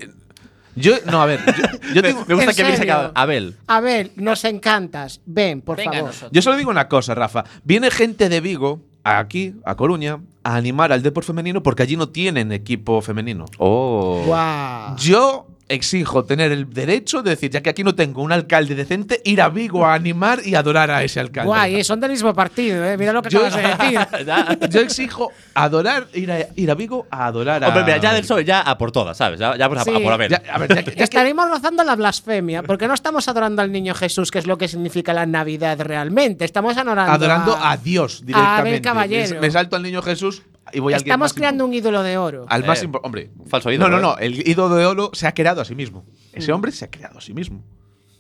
C: Yo, no, a ver, yo, yo tengo-
H: Me gusta
D: ¿En
H: que me
D: serio?
H: sacado Abel.
D: Abel, nos encantas. Ven, por
I: Venga,
D: favor.
I: nosotros.
C: yo solo digo una cosa, Rafa. Viene gente de Vigo, aquí, a Coruña, a animar al deporte femenino porque allí no tienen equipo femenino.
H: Oh.
D: Guau.
C: Yo exijo tener el derecho de decir, ya que aquí no tengo un alcalde decente, ir a Vigo a animar y adorar a ese alcalde.
D: Guay, eh, son del mismo partido, eh. Mira lo que acabas de decir.
C: Yo exijo adorar, ir a, ir a Vigo a adorar a.
H: Hombre, mira, ya del PSOE ya a por todas, ¿sabes? Ya, ya pues a,
D: Sí.
H: a por haber.
C: Ya, a ver, ya que- ya que-
D: Estaremos rozando la blasfemia, porque no estamos adorando al niño Jesús, que es lo que significa la Navidad realmente. Estamos adorando,
C: adorando a Dios
D: A
C: directamente.
D: Abel Caballero.
C: Me, me salto al niño Jesús y voy a alguien
D: Estamos
C: más
D: creando un ídolo de oro.
C: Al más
H: Eh,
C: impo- Hombre.
H: falso ídolo,
C: No, no, no.
H: ¿eh?
C: El ídolo de oro se ha creado a sí mismo. Ese
D: Mm.
C: hombre se ha creado a sí mismo.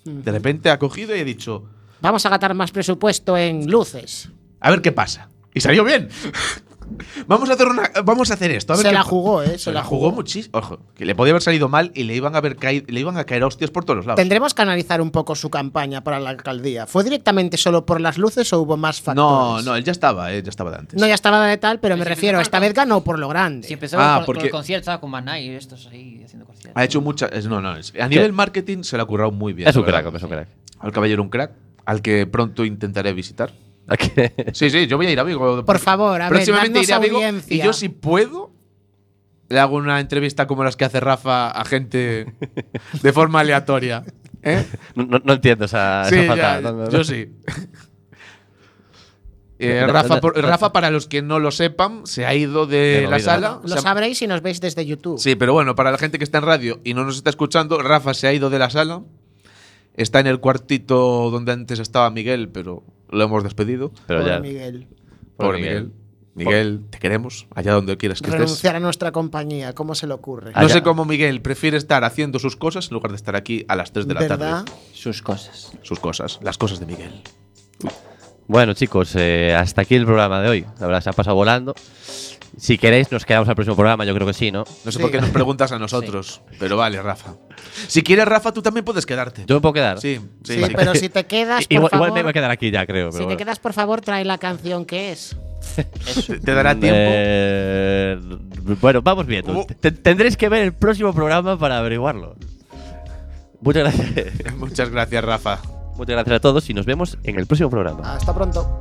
D: Mm.
C: De repente ha cogido y ha dicho:
D: Vamos a gastar más presupuesto en luces.
C: A ver qué pasa. Y salió bien. vamos, a hacer una- vamos a hacer esto. A ver
D: Se
C: qué
D: la
C: pa-
D: jugó, ¿eh? Se,
C: Se
D: la
C: la
D: jugó.
C: jugó muchísimo. Ojo, que le podía haber salido mal y le iban a, haber caído, le iban a caer hostias por todos los lados.
D: Tendremos que analizar un poco su campaña para la alcaldía. ¿Fue directamente solo por las luces o hubo más
C: No,
D: factores?
C: no, él ya estaba, eh, ya estaba de antes.
D: No, ya estaba de tal, pero me
I: Sí,
D: refiero,
I: sí,
D: esta vez ganó por lo grande.
I: Si empezaba
C: Ah,
I: con, con
C: porque-
I: el concierto, estaba con Maná y estos ahí haciendo conciertos.
C: Ha hecho muchas. es- No, no, es- a nivel marketing se lo ha currado muy bien.
H: Es un
C: la verdad.
H: crack, es un crack.
C: Al caballero un crack, al que pronto intentaré visitar.
H: ¿A qué?
C: Sí, sí, yo voy a ir a Vigo.
D: Por favor, a ver,
C: Próximamente
D: dadnos
C: iré a Vigo
D: audiencia.
C: y yo si puedo le hago una entrevista como las que hace Rafa a gente de forma aleatoria. ¿eh?
H: No, no- no entiendo esa,
C: Sí,
H: esa
C: ya,
H: Ah, falta. No, no, no.
C: yo sí. Eh,
H: No, no,
C: Rafa,
H: no,
C: por-
H: no.
C: Rafa, para los que no lo sepan, se ha ido de
H: De
C: la
H: movida.
C: sala.
D: Lo
C: se ha-
D: sabréis si nos veis desde YouTube.
C: Sí, pero bueno, para la gente que está en radio y no nos está escuchando, Rafa se ha ido de la sala. Está en el cuartito donde antes estaba Miguel, pero lo hemos despedido.
H: Pero
D: Pobre
H: ya.
D: Miguel.
C: Pobre Miguel. Miguel, te queremos, allá donde quieras que estés.
D: Renunciar a nuestra compañía, ¿cómo se le ocurre?
C: No sé
H: Allá.
C: cómo Miguel prefiere estar haciendo sus cosas en lugar de estar aquí a las 3 de la
D: ¿Verdad?
C: tarde.
I: Sus cosas.
C: Sus cosas, las cosas de Miguel.
H: Bueno, chicos, eh, hasta aquí el programa de hoy. La verdad, se ha pasado volando. Si queréis, nos quedamos al próximo programa, yo creo que sí, ¿no?
C: No sé
D: Sí.
C: por qué nos preguntas a nosotros, pero vale, Rafa. Si quieres, Rafa, tú también puedes quedarte.
H: Yo me puedo quedar.
C: Sí, sí,
D: Sí,
C: sí.
D: pero si te quedas, por
H: Igual,
D: favor,
H: igual me voy a quedar aquí ya, creo.
D: si
H: pero
D: te
H: bueno.
D: quedas, por favor, trae la canción que es.
C: Te- te dará tiempo.
H: Eh, bueno, vamos viendo.
C: Uh.
H: Te- Tendréis que ver el próximo programa para averiguarlo. Muchas gracias.
C: Muchas gracias, Rafa.
H: Muchas gracias a todos y nos vemos en el próximo programa.
D: Hasta pronto.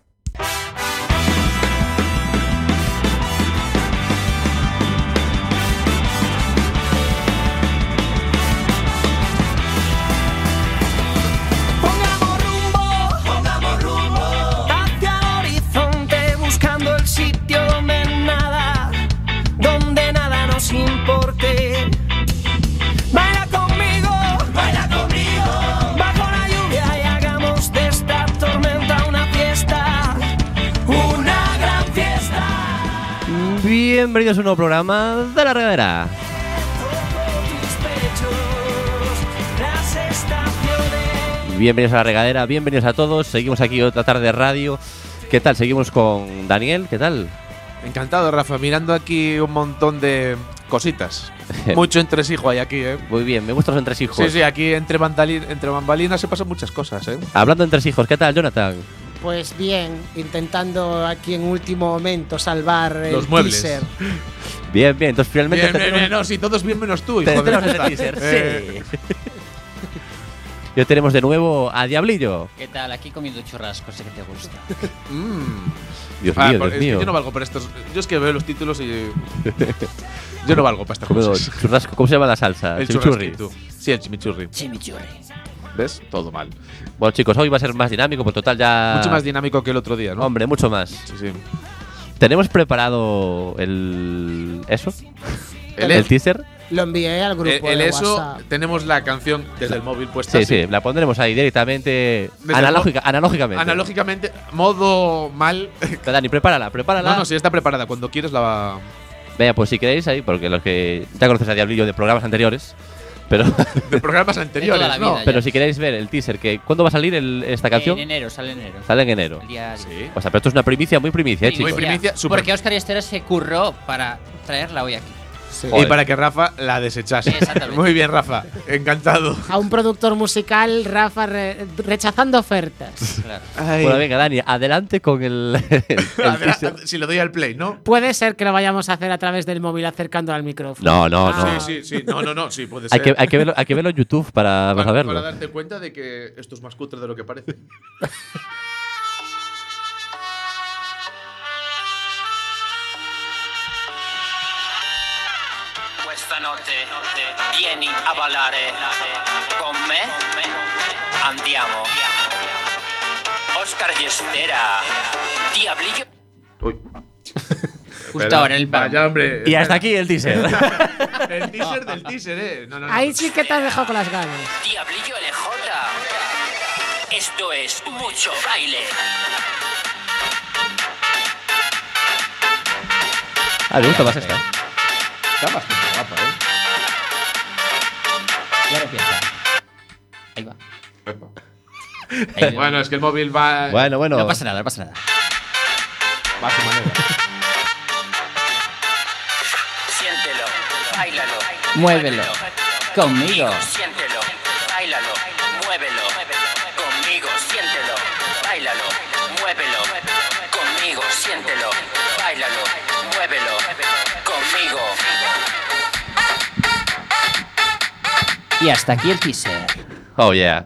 G: Pongamos rumbo, pongamos rumbo hacia el horizonte buscando el sitio donde nada, donde nada nos importa. una gran fiesta.
H: Bienvenidos a un nuevo programa de la regadera.
G: Tus pechos, las estaciones.
H: Bienvenidos a la regadera, bienvenidos a todos. Seguimos aquí otra tarde de radio. ¿Qué tal? Seguimos con Daniel, ¿qué tal?
C: Encantado, Rafa, mirando aquí un montón de cositas. Mucho entresijo hay aquí, ¿eh?
H: Muy bien, me gustan los entresijos.
C: Sí, sí, aquí entre, bandali- entre bambalinas se pasan muchas cosas, ¿eh?
H: Hablando de entresijos, ¿qué tal, Jonathan?
D: Pues bien, intentando aquí en último momento salvar el
C: Los muebles.
D: teaser.
H: Bien, bien, entonces finalmente. este
C: Bien, bien, bien, no, sí, todos bien menos tú,
H: Te-
C: hijo de
H: tenemos
C: puta.
H: ese teaser,
C: Eh,
H: Yo tenemos de nuevo a Diablillo.
I: ¿Qué tal? Aquí comiendo churrascos, sé que te gusta.
H: Dios
C: Ah,
H: mío,
C: por-
H: Dios
C: es que
H: mío.
C: yo no valgo para estos. Yo es que veo los títulos y. Yo no valgo para estas
H: Comido
C: cosas.
H: churrasco, ¿Cómo se llama la salsa?
C: El
H: ah, Chimichurri.
C: churrasquito. Sí, el chimichurri.
I: Chimichurri.
C: ¿Ves? Todo mal.
H: Bueno, chicos, hoy va a ser más dinámico, pues total ya.
C: Mucho más dinámico que el otro día, ¿no?
H: Hombre, mucho más.
C: Sí, sí.
H: ¿Tenemos preparado el. eso?
C: El- Ah,
H: teaser?
D: Lo envié al grupo.
C: El, el
D: de
C: Eh, eso,
D: WhatsApp.
C: tenemos la canción desde el móvil puesta.
H: Sí, sí, la pondremos ahí directamente.
C: Desde
H: Analógica,
C: el mo-
H: analógicamente.
C: Analógicamente, modo mal.
H: Dani, prepárala, prepárala.
C: No, no, sí, está preparada. Cuando quieres la.
H: Venga, pues si queréis ahí, porque los que ya conoces a Diablillo de programas anteriores. Pero,
C: De programas
I: De
C: anteriores,
I: toda la
C: ¿no?
I: vida.
H: pero si queréis ver el teaser, que ¿cuándo va a salir el- esta canción?
I: En enero, sale en enero.
H: Sale en enero.
I: El día
H: O sea, pero esto es una primicia, muy primicia, ¿eh, chicos.
I: Porque Oscar Estera se curró para traerla hoy aquí.
C: Y para que Rafa la desechase. Muy bien, Rafa. Encantado.
D: A un productor musical, Rafa, re- rechazando ofertas.
C: Ay.
H: Bueno, venga, Dani, adelante con el, el
C: Adela-
H: teaser.
C: Si le doy al play, ¿no?
D: Puede ser que lo vayamos a hacer a través del móvil acercando al micrófono.
H: No, no, no.
C: Sí, sí, sí. No, no, no. Sí, puede ser.
H: Hay que, hay que verlo, hay que verlo en YouTube para, para verlo.
C: Para darte cuenta de que esto es más cutre de lo que parece.
G: Questa notte vieni a ballare con me. Andiamo. Oscar Yestera. Diablillo.
I: Justo ahora en el paro.
C: Vaya, hombre.
H: Y hasta aquí el teaser.
C: El teaser del teaser, ¿eh? No, no, no.
D: Ahí sí que te has dejado con las ganas.
G: Diablillo LJ. Esto es mucho baile.
H: Ah, me gusta más esta.
C: Está bastante guapa, ¿eh?
I: Y ahora empieza. Ahí va. Ahí va.
C: Bueno, es que el móvil va.
H: Bueno, bueno.
I: No pasa nada, no pasa nada.
C: Va a su manera.
G: Siéntelo. Bailalo.
I: Muévelo. Conmigo.
G: Siéntelo. Bailalo. Muévelo. Conmigo. Siéntelo. Bailalo. Muévelo. Conmigo. Siéntelo. Bailalo. Muévelo. Conmigo.
I: Y hasta aquí el teaser.
H: Oh, yeah.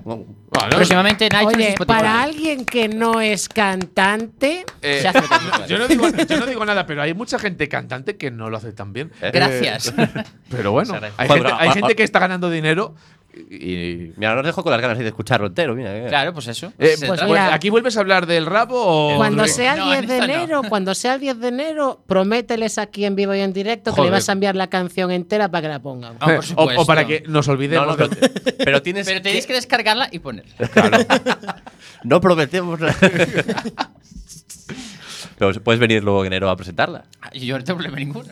I: Próximamente en iTunes y
D: Oye,
I: Spotify. Eh,
D: para alguien que no es cantante,
C: Eh,
I: Se hace tan
C: no, yo, no digo, yo no digo nada, pero hay mucha gente cantante que no lo hace tan bien.
H: Eh. ah,
I: Gracias.
C: Eh, pero bueno,
I: Muchas gracias.
C: hay,
H: Joder,
C: gente,
H: pero
C: hay
H: a-
C: gente
H: a-
C: que está ganando dinero y.
H: Mira, ahora os dejo con las ganas de escucharlo entero, mira. eh.
I: Claro, pues eso.
C: Eh,
I: Se
D: pues
I: Eh, trata.
C: Bueno,
D: Mira.
C: ¿Aquí vuelves a hablar del rabo o.?
D: cuando
C: del-
D: sea el
I: No,
D: 10 de
I: esta no.
D: enero, cuando sea el 10 de enero, promételes aquí en vivo y en directo que
C: Joder.
D: le vas a enviar la canción entera para que la pongan.
I: Ah, por
C: Eh, o- o,
I: supuesto.
C: para que nos
H: No, no,
C: olvidemos.
H: pero,
C: de-
H: pero tienes.
I: Pero
H: que-
I: tenéis que descargarla y ponerla.
H: No prometemos nada. pero puedes venir luego en enero a presentarla.
I: Ah, Yo no tengo problema ninguno.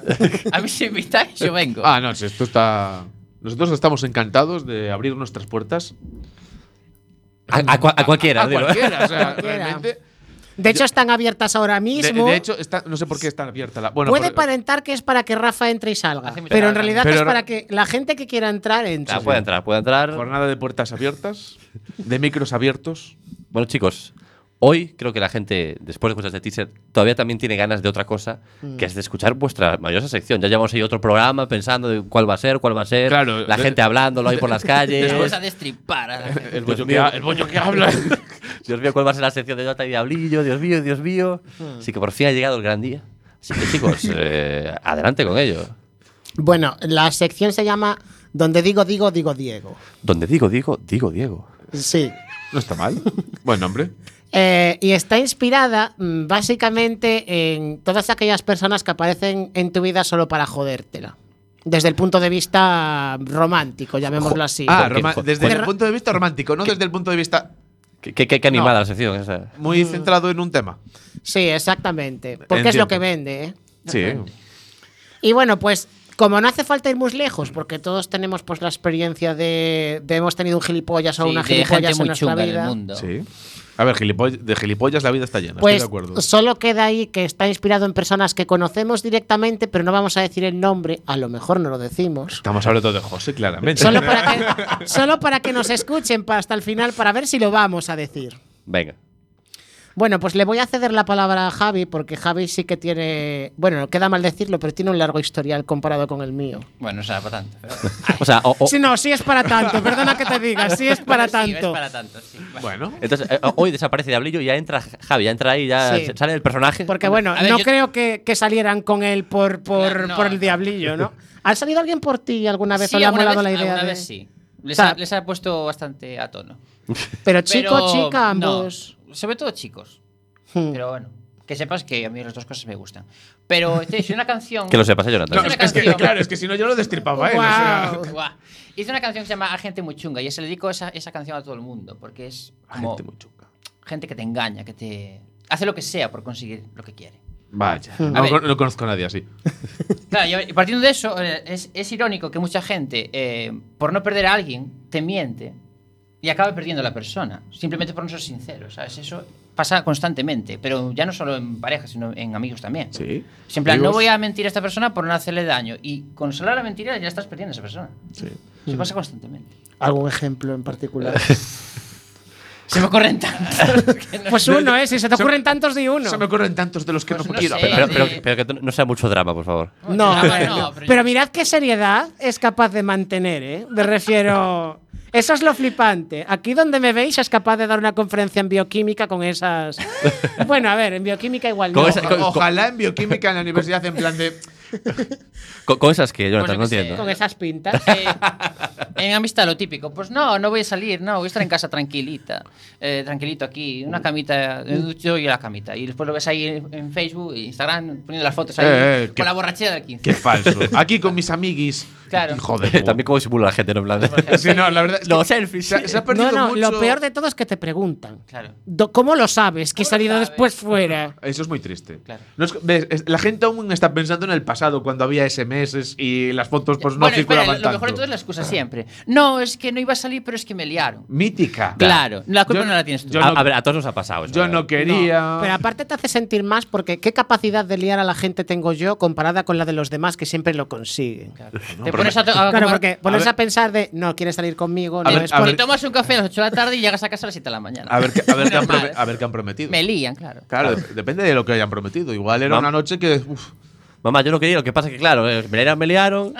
I: A mí si invitáis, yo vengo.
C: Ah, no, si esto está. Nosotros estamos encantados de abrir nuestras puertas
H: A, a cua- a cualquiera,
C: a
H: dilo.
C: cualquiera. O sea,
D: Cualquiera.
C: realmente.
D: De hecho, están abiertas ahora
C: De,
D: mismo.
C: de hecho, está- no sé por qué está abierta la. Bueno,
D: Puede
C: por-
D: aparentar que es para que Rafa entre y salga,
I: Hace mucha
D: pero en
I: gracia.
D: realidad
C: Pero
D: es
C: ra-
D: para que la gente que quiera entrar entre.
H: Ah, puede entrar, puede entrar.
C: Jornada de puertas abiertas, de micros abiertos.
H: Bueno, chicos, hoy creo que la gente, después de escuchar este teaser, todavía también tiene ganas de otra cosa,
D: Mm.
H: que es de escuchar vuestra maravillosa sección. Ya llevamos ahí otro programa pensando de cuál va a ser, cuál va a ser.
C: Claro,
H: la
C: de-
H: gente hablándolo ahí por las
C: eh,
H: calles.
I: Vamos a destripar a la gente.
C: El
H: Dios
C: bollo, que,
H: mío.
C: ha- el bollo que habla.
H: Dios mío, ¿cuál va a ser la sección de Jota y Diablillo? Dios mío, Dios mío.
D: Mm.
H: Así que por fin ha llegado el gran día. Así que, chicos, eh, adelante con ello.
D: Bueno, la sección se llama Donde digo, digo, digo Diego.
H: Donde digo, digo, digo, Diego.
D: Sí.
C: No está mal. Buen nombre.
D: Eh, y está inspirada mm, básicamente en todas aquellas personas que aparecen en tu vida solo para jodértela. Desde el punto de vista romántico, llamémoslo así.
C: Ah,
H: Porque-
C: roma-
H: porque-
C: desde el
D: Pero-
C: punto de vista romántico, no desde el punto de vista
H: Qué, qué- qué animada la sección esa.
C: Muy centrado en un tema.
D: Sí, exactamente. Porque es lo
C: Entiendo.
D: que vende, ¿eh?
C: Sí.
D: Y bueno, pues como no hace falta ir muy lejos, porque todos tenemos pues la experiencia de, de hemos tenido un gilipollas o
I: Sí,
D: una
I: de gente
D: gilipollas en
I: muy
D: nuestra
I: chunga en el
D: vida.
I: mundo.
C: Sí. A ver, gilipoll- de gilipollas la vida está llena,
D: Pues
C: estoy de acuerdo.
D: solo queda ahí que está inspirado en personas que conocemos directamente, pero no vamos a decir el nombre, a lo mejor no lo decimos.
C: Estamos hablando de José, claramente.
D: Solo para que, solo para que nos escuchen pa- hasta el final para ver si lo vamos a decir.
H: Venga.
D: Bueno, pues le voy a ceder la palabra a Javi, porque Javi sí que tiene. Bueno, queda mal decirlo, pero tiene un largo historial comparado con el mío.
I: Bueno, o sea, para tanto. pero-
H: O sea, o- o-
D: Sí, no, sí es para tanto, perdona que te diga, sí es para
I: Oh. Sí,
D: tanto.
I: es para tanto, sí. Vale.
C: Bueno.
H: entonces, eh, hoy desaparece Diablillo y ya entra Javi, ya entra ahí, ya
D: Sí.
H: sale el personaje.
D: Porque bueno,
I: A ver,
D: no
I: yo-
D: creo que, que salieran con él por, por,
I: No,
D: por
I: no.
D: el diablillo, ¿no? ¿Ha salido alguien por ti alguna vez
I: Sí,
D: o le ha
I: alguna
D: molado
I: vez-
D: la idea?
I: alguna
D: de-
I: vez sí. Les,
D: O sea-
I: ha, les ha puesto bastante a tono.
D: Pero chico,
I: Pero,
D: chica,
I: no,
D: ambos.
I: sobre todo chicos.
D: Hmm.
I: Pero bueno, que sepas que a mí las dos cosas me gustan. Pero este, hice una canción.
H: Que lo sepas, eh, Jonathan.
C: No,
I: Hice
C: es,
I: una
C: es que,
I: canción-
C: claro, es que si no yo lo destripaba, ¿eh? O sea,
D: Guau.
I: Guau. Hice una canción que se llama A Gente Muy Chunga y se le dedico esa, esa canción a todo el mundo porque es como
C: gente muy chunga.
I: gente que te engaña, que te hace lo que sea por conseguir lo que quiere.
C: Vaya.
I: A
C: No,
I: ver.
C: con- no conozco a nadie así.
I: Claro, y a- y partiendo de eso, eh, es, es irónico que mucha gente, eh, por no perder a alguien, te miente y acaba perdiendo a la persona, simplemente por no ser sincero, ¿sabes? Eso pasa constantemente, pero ya no solo en parejas, sino en amigos también.
C: Sí.
I: Es en plan, no
C: Amigos.
I: voy a mentir a esta persona por no hacerle daño. Y con solo la mentira ya estás perdiendo a esa persona.
C: Sí.
I: Se pasa constantemente.
L: ¿Algún ejemplo en particular?
I: Se me ocurren tantos que no-
D: Pues uno, ¿eh? Si se te
C: Se-
D: ocurren tantos, di uno.
C: Se me ocurren tantos de los que
I: Pues
C: no,
I: no
C: quiero.
I: sé.
C: pero-
H: Pero, pero-
I: Sí.
H: pero que no sea mucho drama, por favor.
D: No,
I: Ah,
D: a ver,
I: no,
D: no.
I: pero-
D: Pero mirad qué seriedad es capaz de mantener, ¿eh? Me refiero. Eso es lo flipante. Aquí donde me veis es capaz de dar una conferencia en bioquímica con esas. Bueno, a ver, en bioquímica igual no.
H: Con esa-
C: Oja- Ojalá en bioquímica en la universidad en plan de
H: Co- cosas que Jonathan
I: Pues yo
H: no
I: qué sé.
H: entiendo.
D: Con esas pintas.
I: Eh, en amistad lo típico. Pues no, no voy a salir, no, voy a estar en casa tranquilita. eh, tranquilito aquí, una camita, me ducho y la camita. Y después lo ves ahí en en Facebook, e Instagram, poniendo las fotos ahí
C: Eh, eh,
I: con
C: qué-
I: la borrachera del 15.
C: qué falso. Aquí con mis amiguis.
I: Claro.
C: Joder.
H: También como simula la gente, ¿no? En plan de-
C: Sí, no, la verdad es que
H: Los selfies.
C: Se, ha- se ha perdido
D: No, no,
C: mucho.
D: lo peor de todo es que te preguntan.
I: Claro.
D: Do- ¿Cómo lo sabes que he
I: ¿Cómo lo
D: salido
I: sabes?
D: después fuera?
C: Eso es muy triste.
I: Claro.
C: No es- ves, es- la gente aún está pensando en el pasado, cuando había SMS y las fotos pues, no
I: Bueno, espera,
C: circulaban
I: lo mejor de
C: tanto.
I: todo es la excusa siempre. No, es que no iba a salir, pero es que me liaron.
C: Mítica.
I: Claro, la culpa
C: Yo-
I: no la tienes tú.
C: yo
H: a,
C: no-
H: a ver, a todos nos ha pasado eso.
C: Yo
H: ¿verdad?
C: no quería.
D: No, pero aparte te hace sentir más porque qué capacidad de liar a la gente tengo yo comparada con la de los demás que siempre lo consiguen.
I: Claro. te pones a, to- a
D: Claro,
I: tomar-
D: porque ponerse
C: ver.
D: a, pensar de no quieres salir conmigo, no
C: ver,
D: es
C: a
D: por-
I: te tomas un café a las 8 de la tarde y llegas a casa a las 7 de la mañana.
C: A ver, qué- a ver qué han
I: Normal.
C: prome- a ver qué han prometido.
I: Me lían, claro.
C: Claro, dep- depende de lo que hayan prometido. Igual era
H: Mam-
C: una noche que. uf.
H: Mamá, yo no quería, lo que pasa es que, claro, eh, me liaron, me liaron.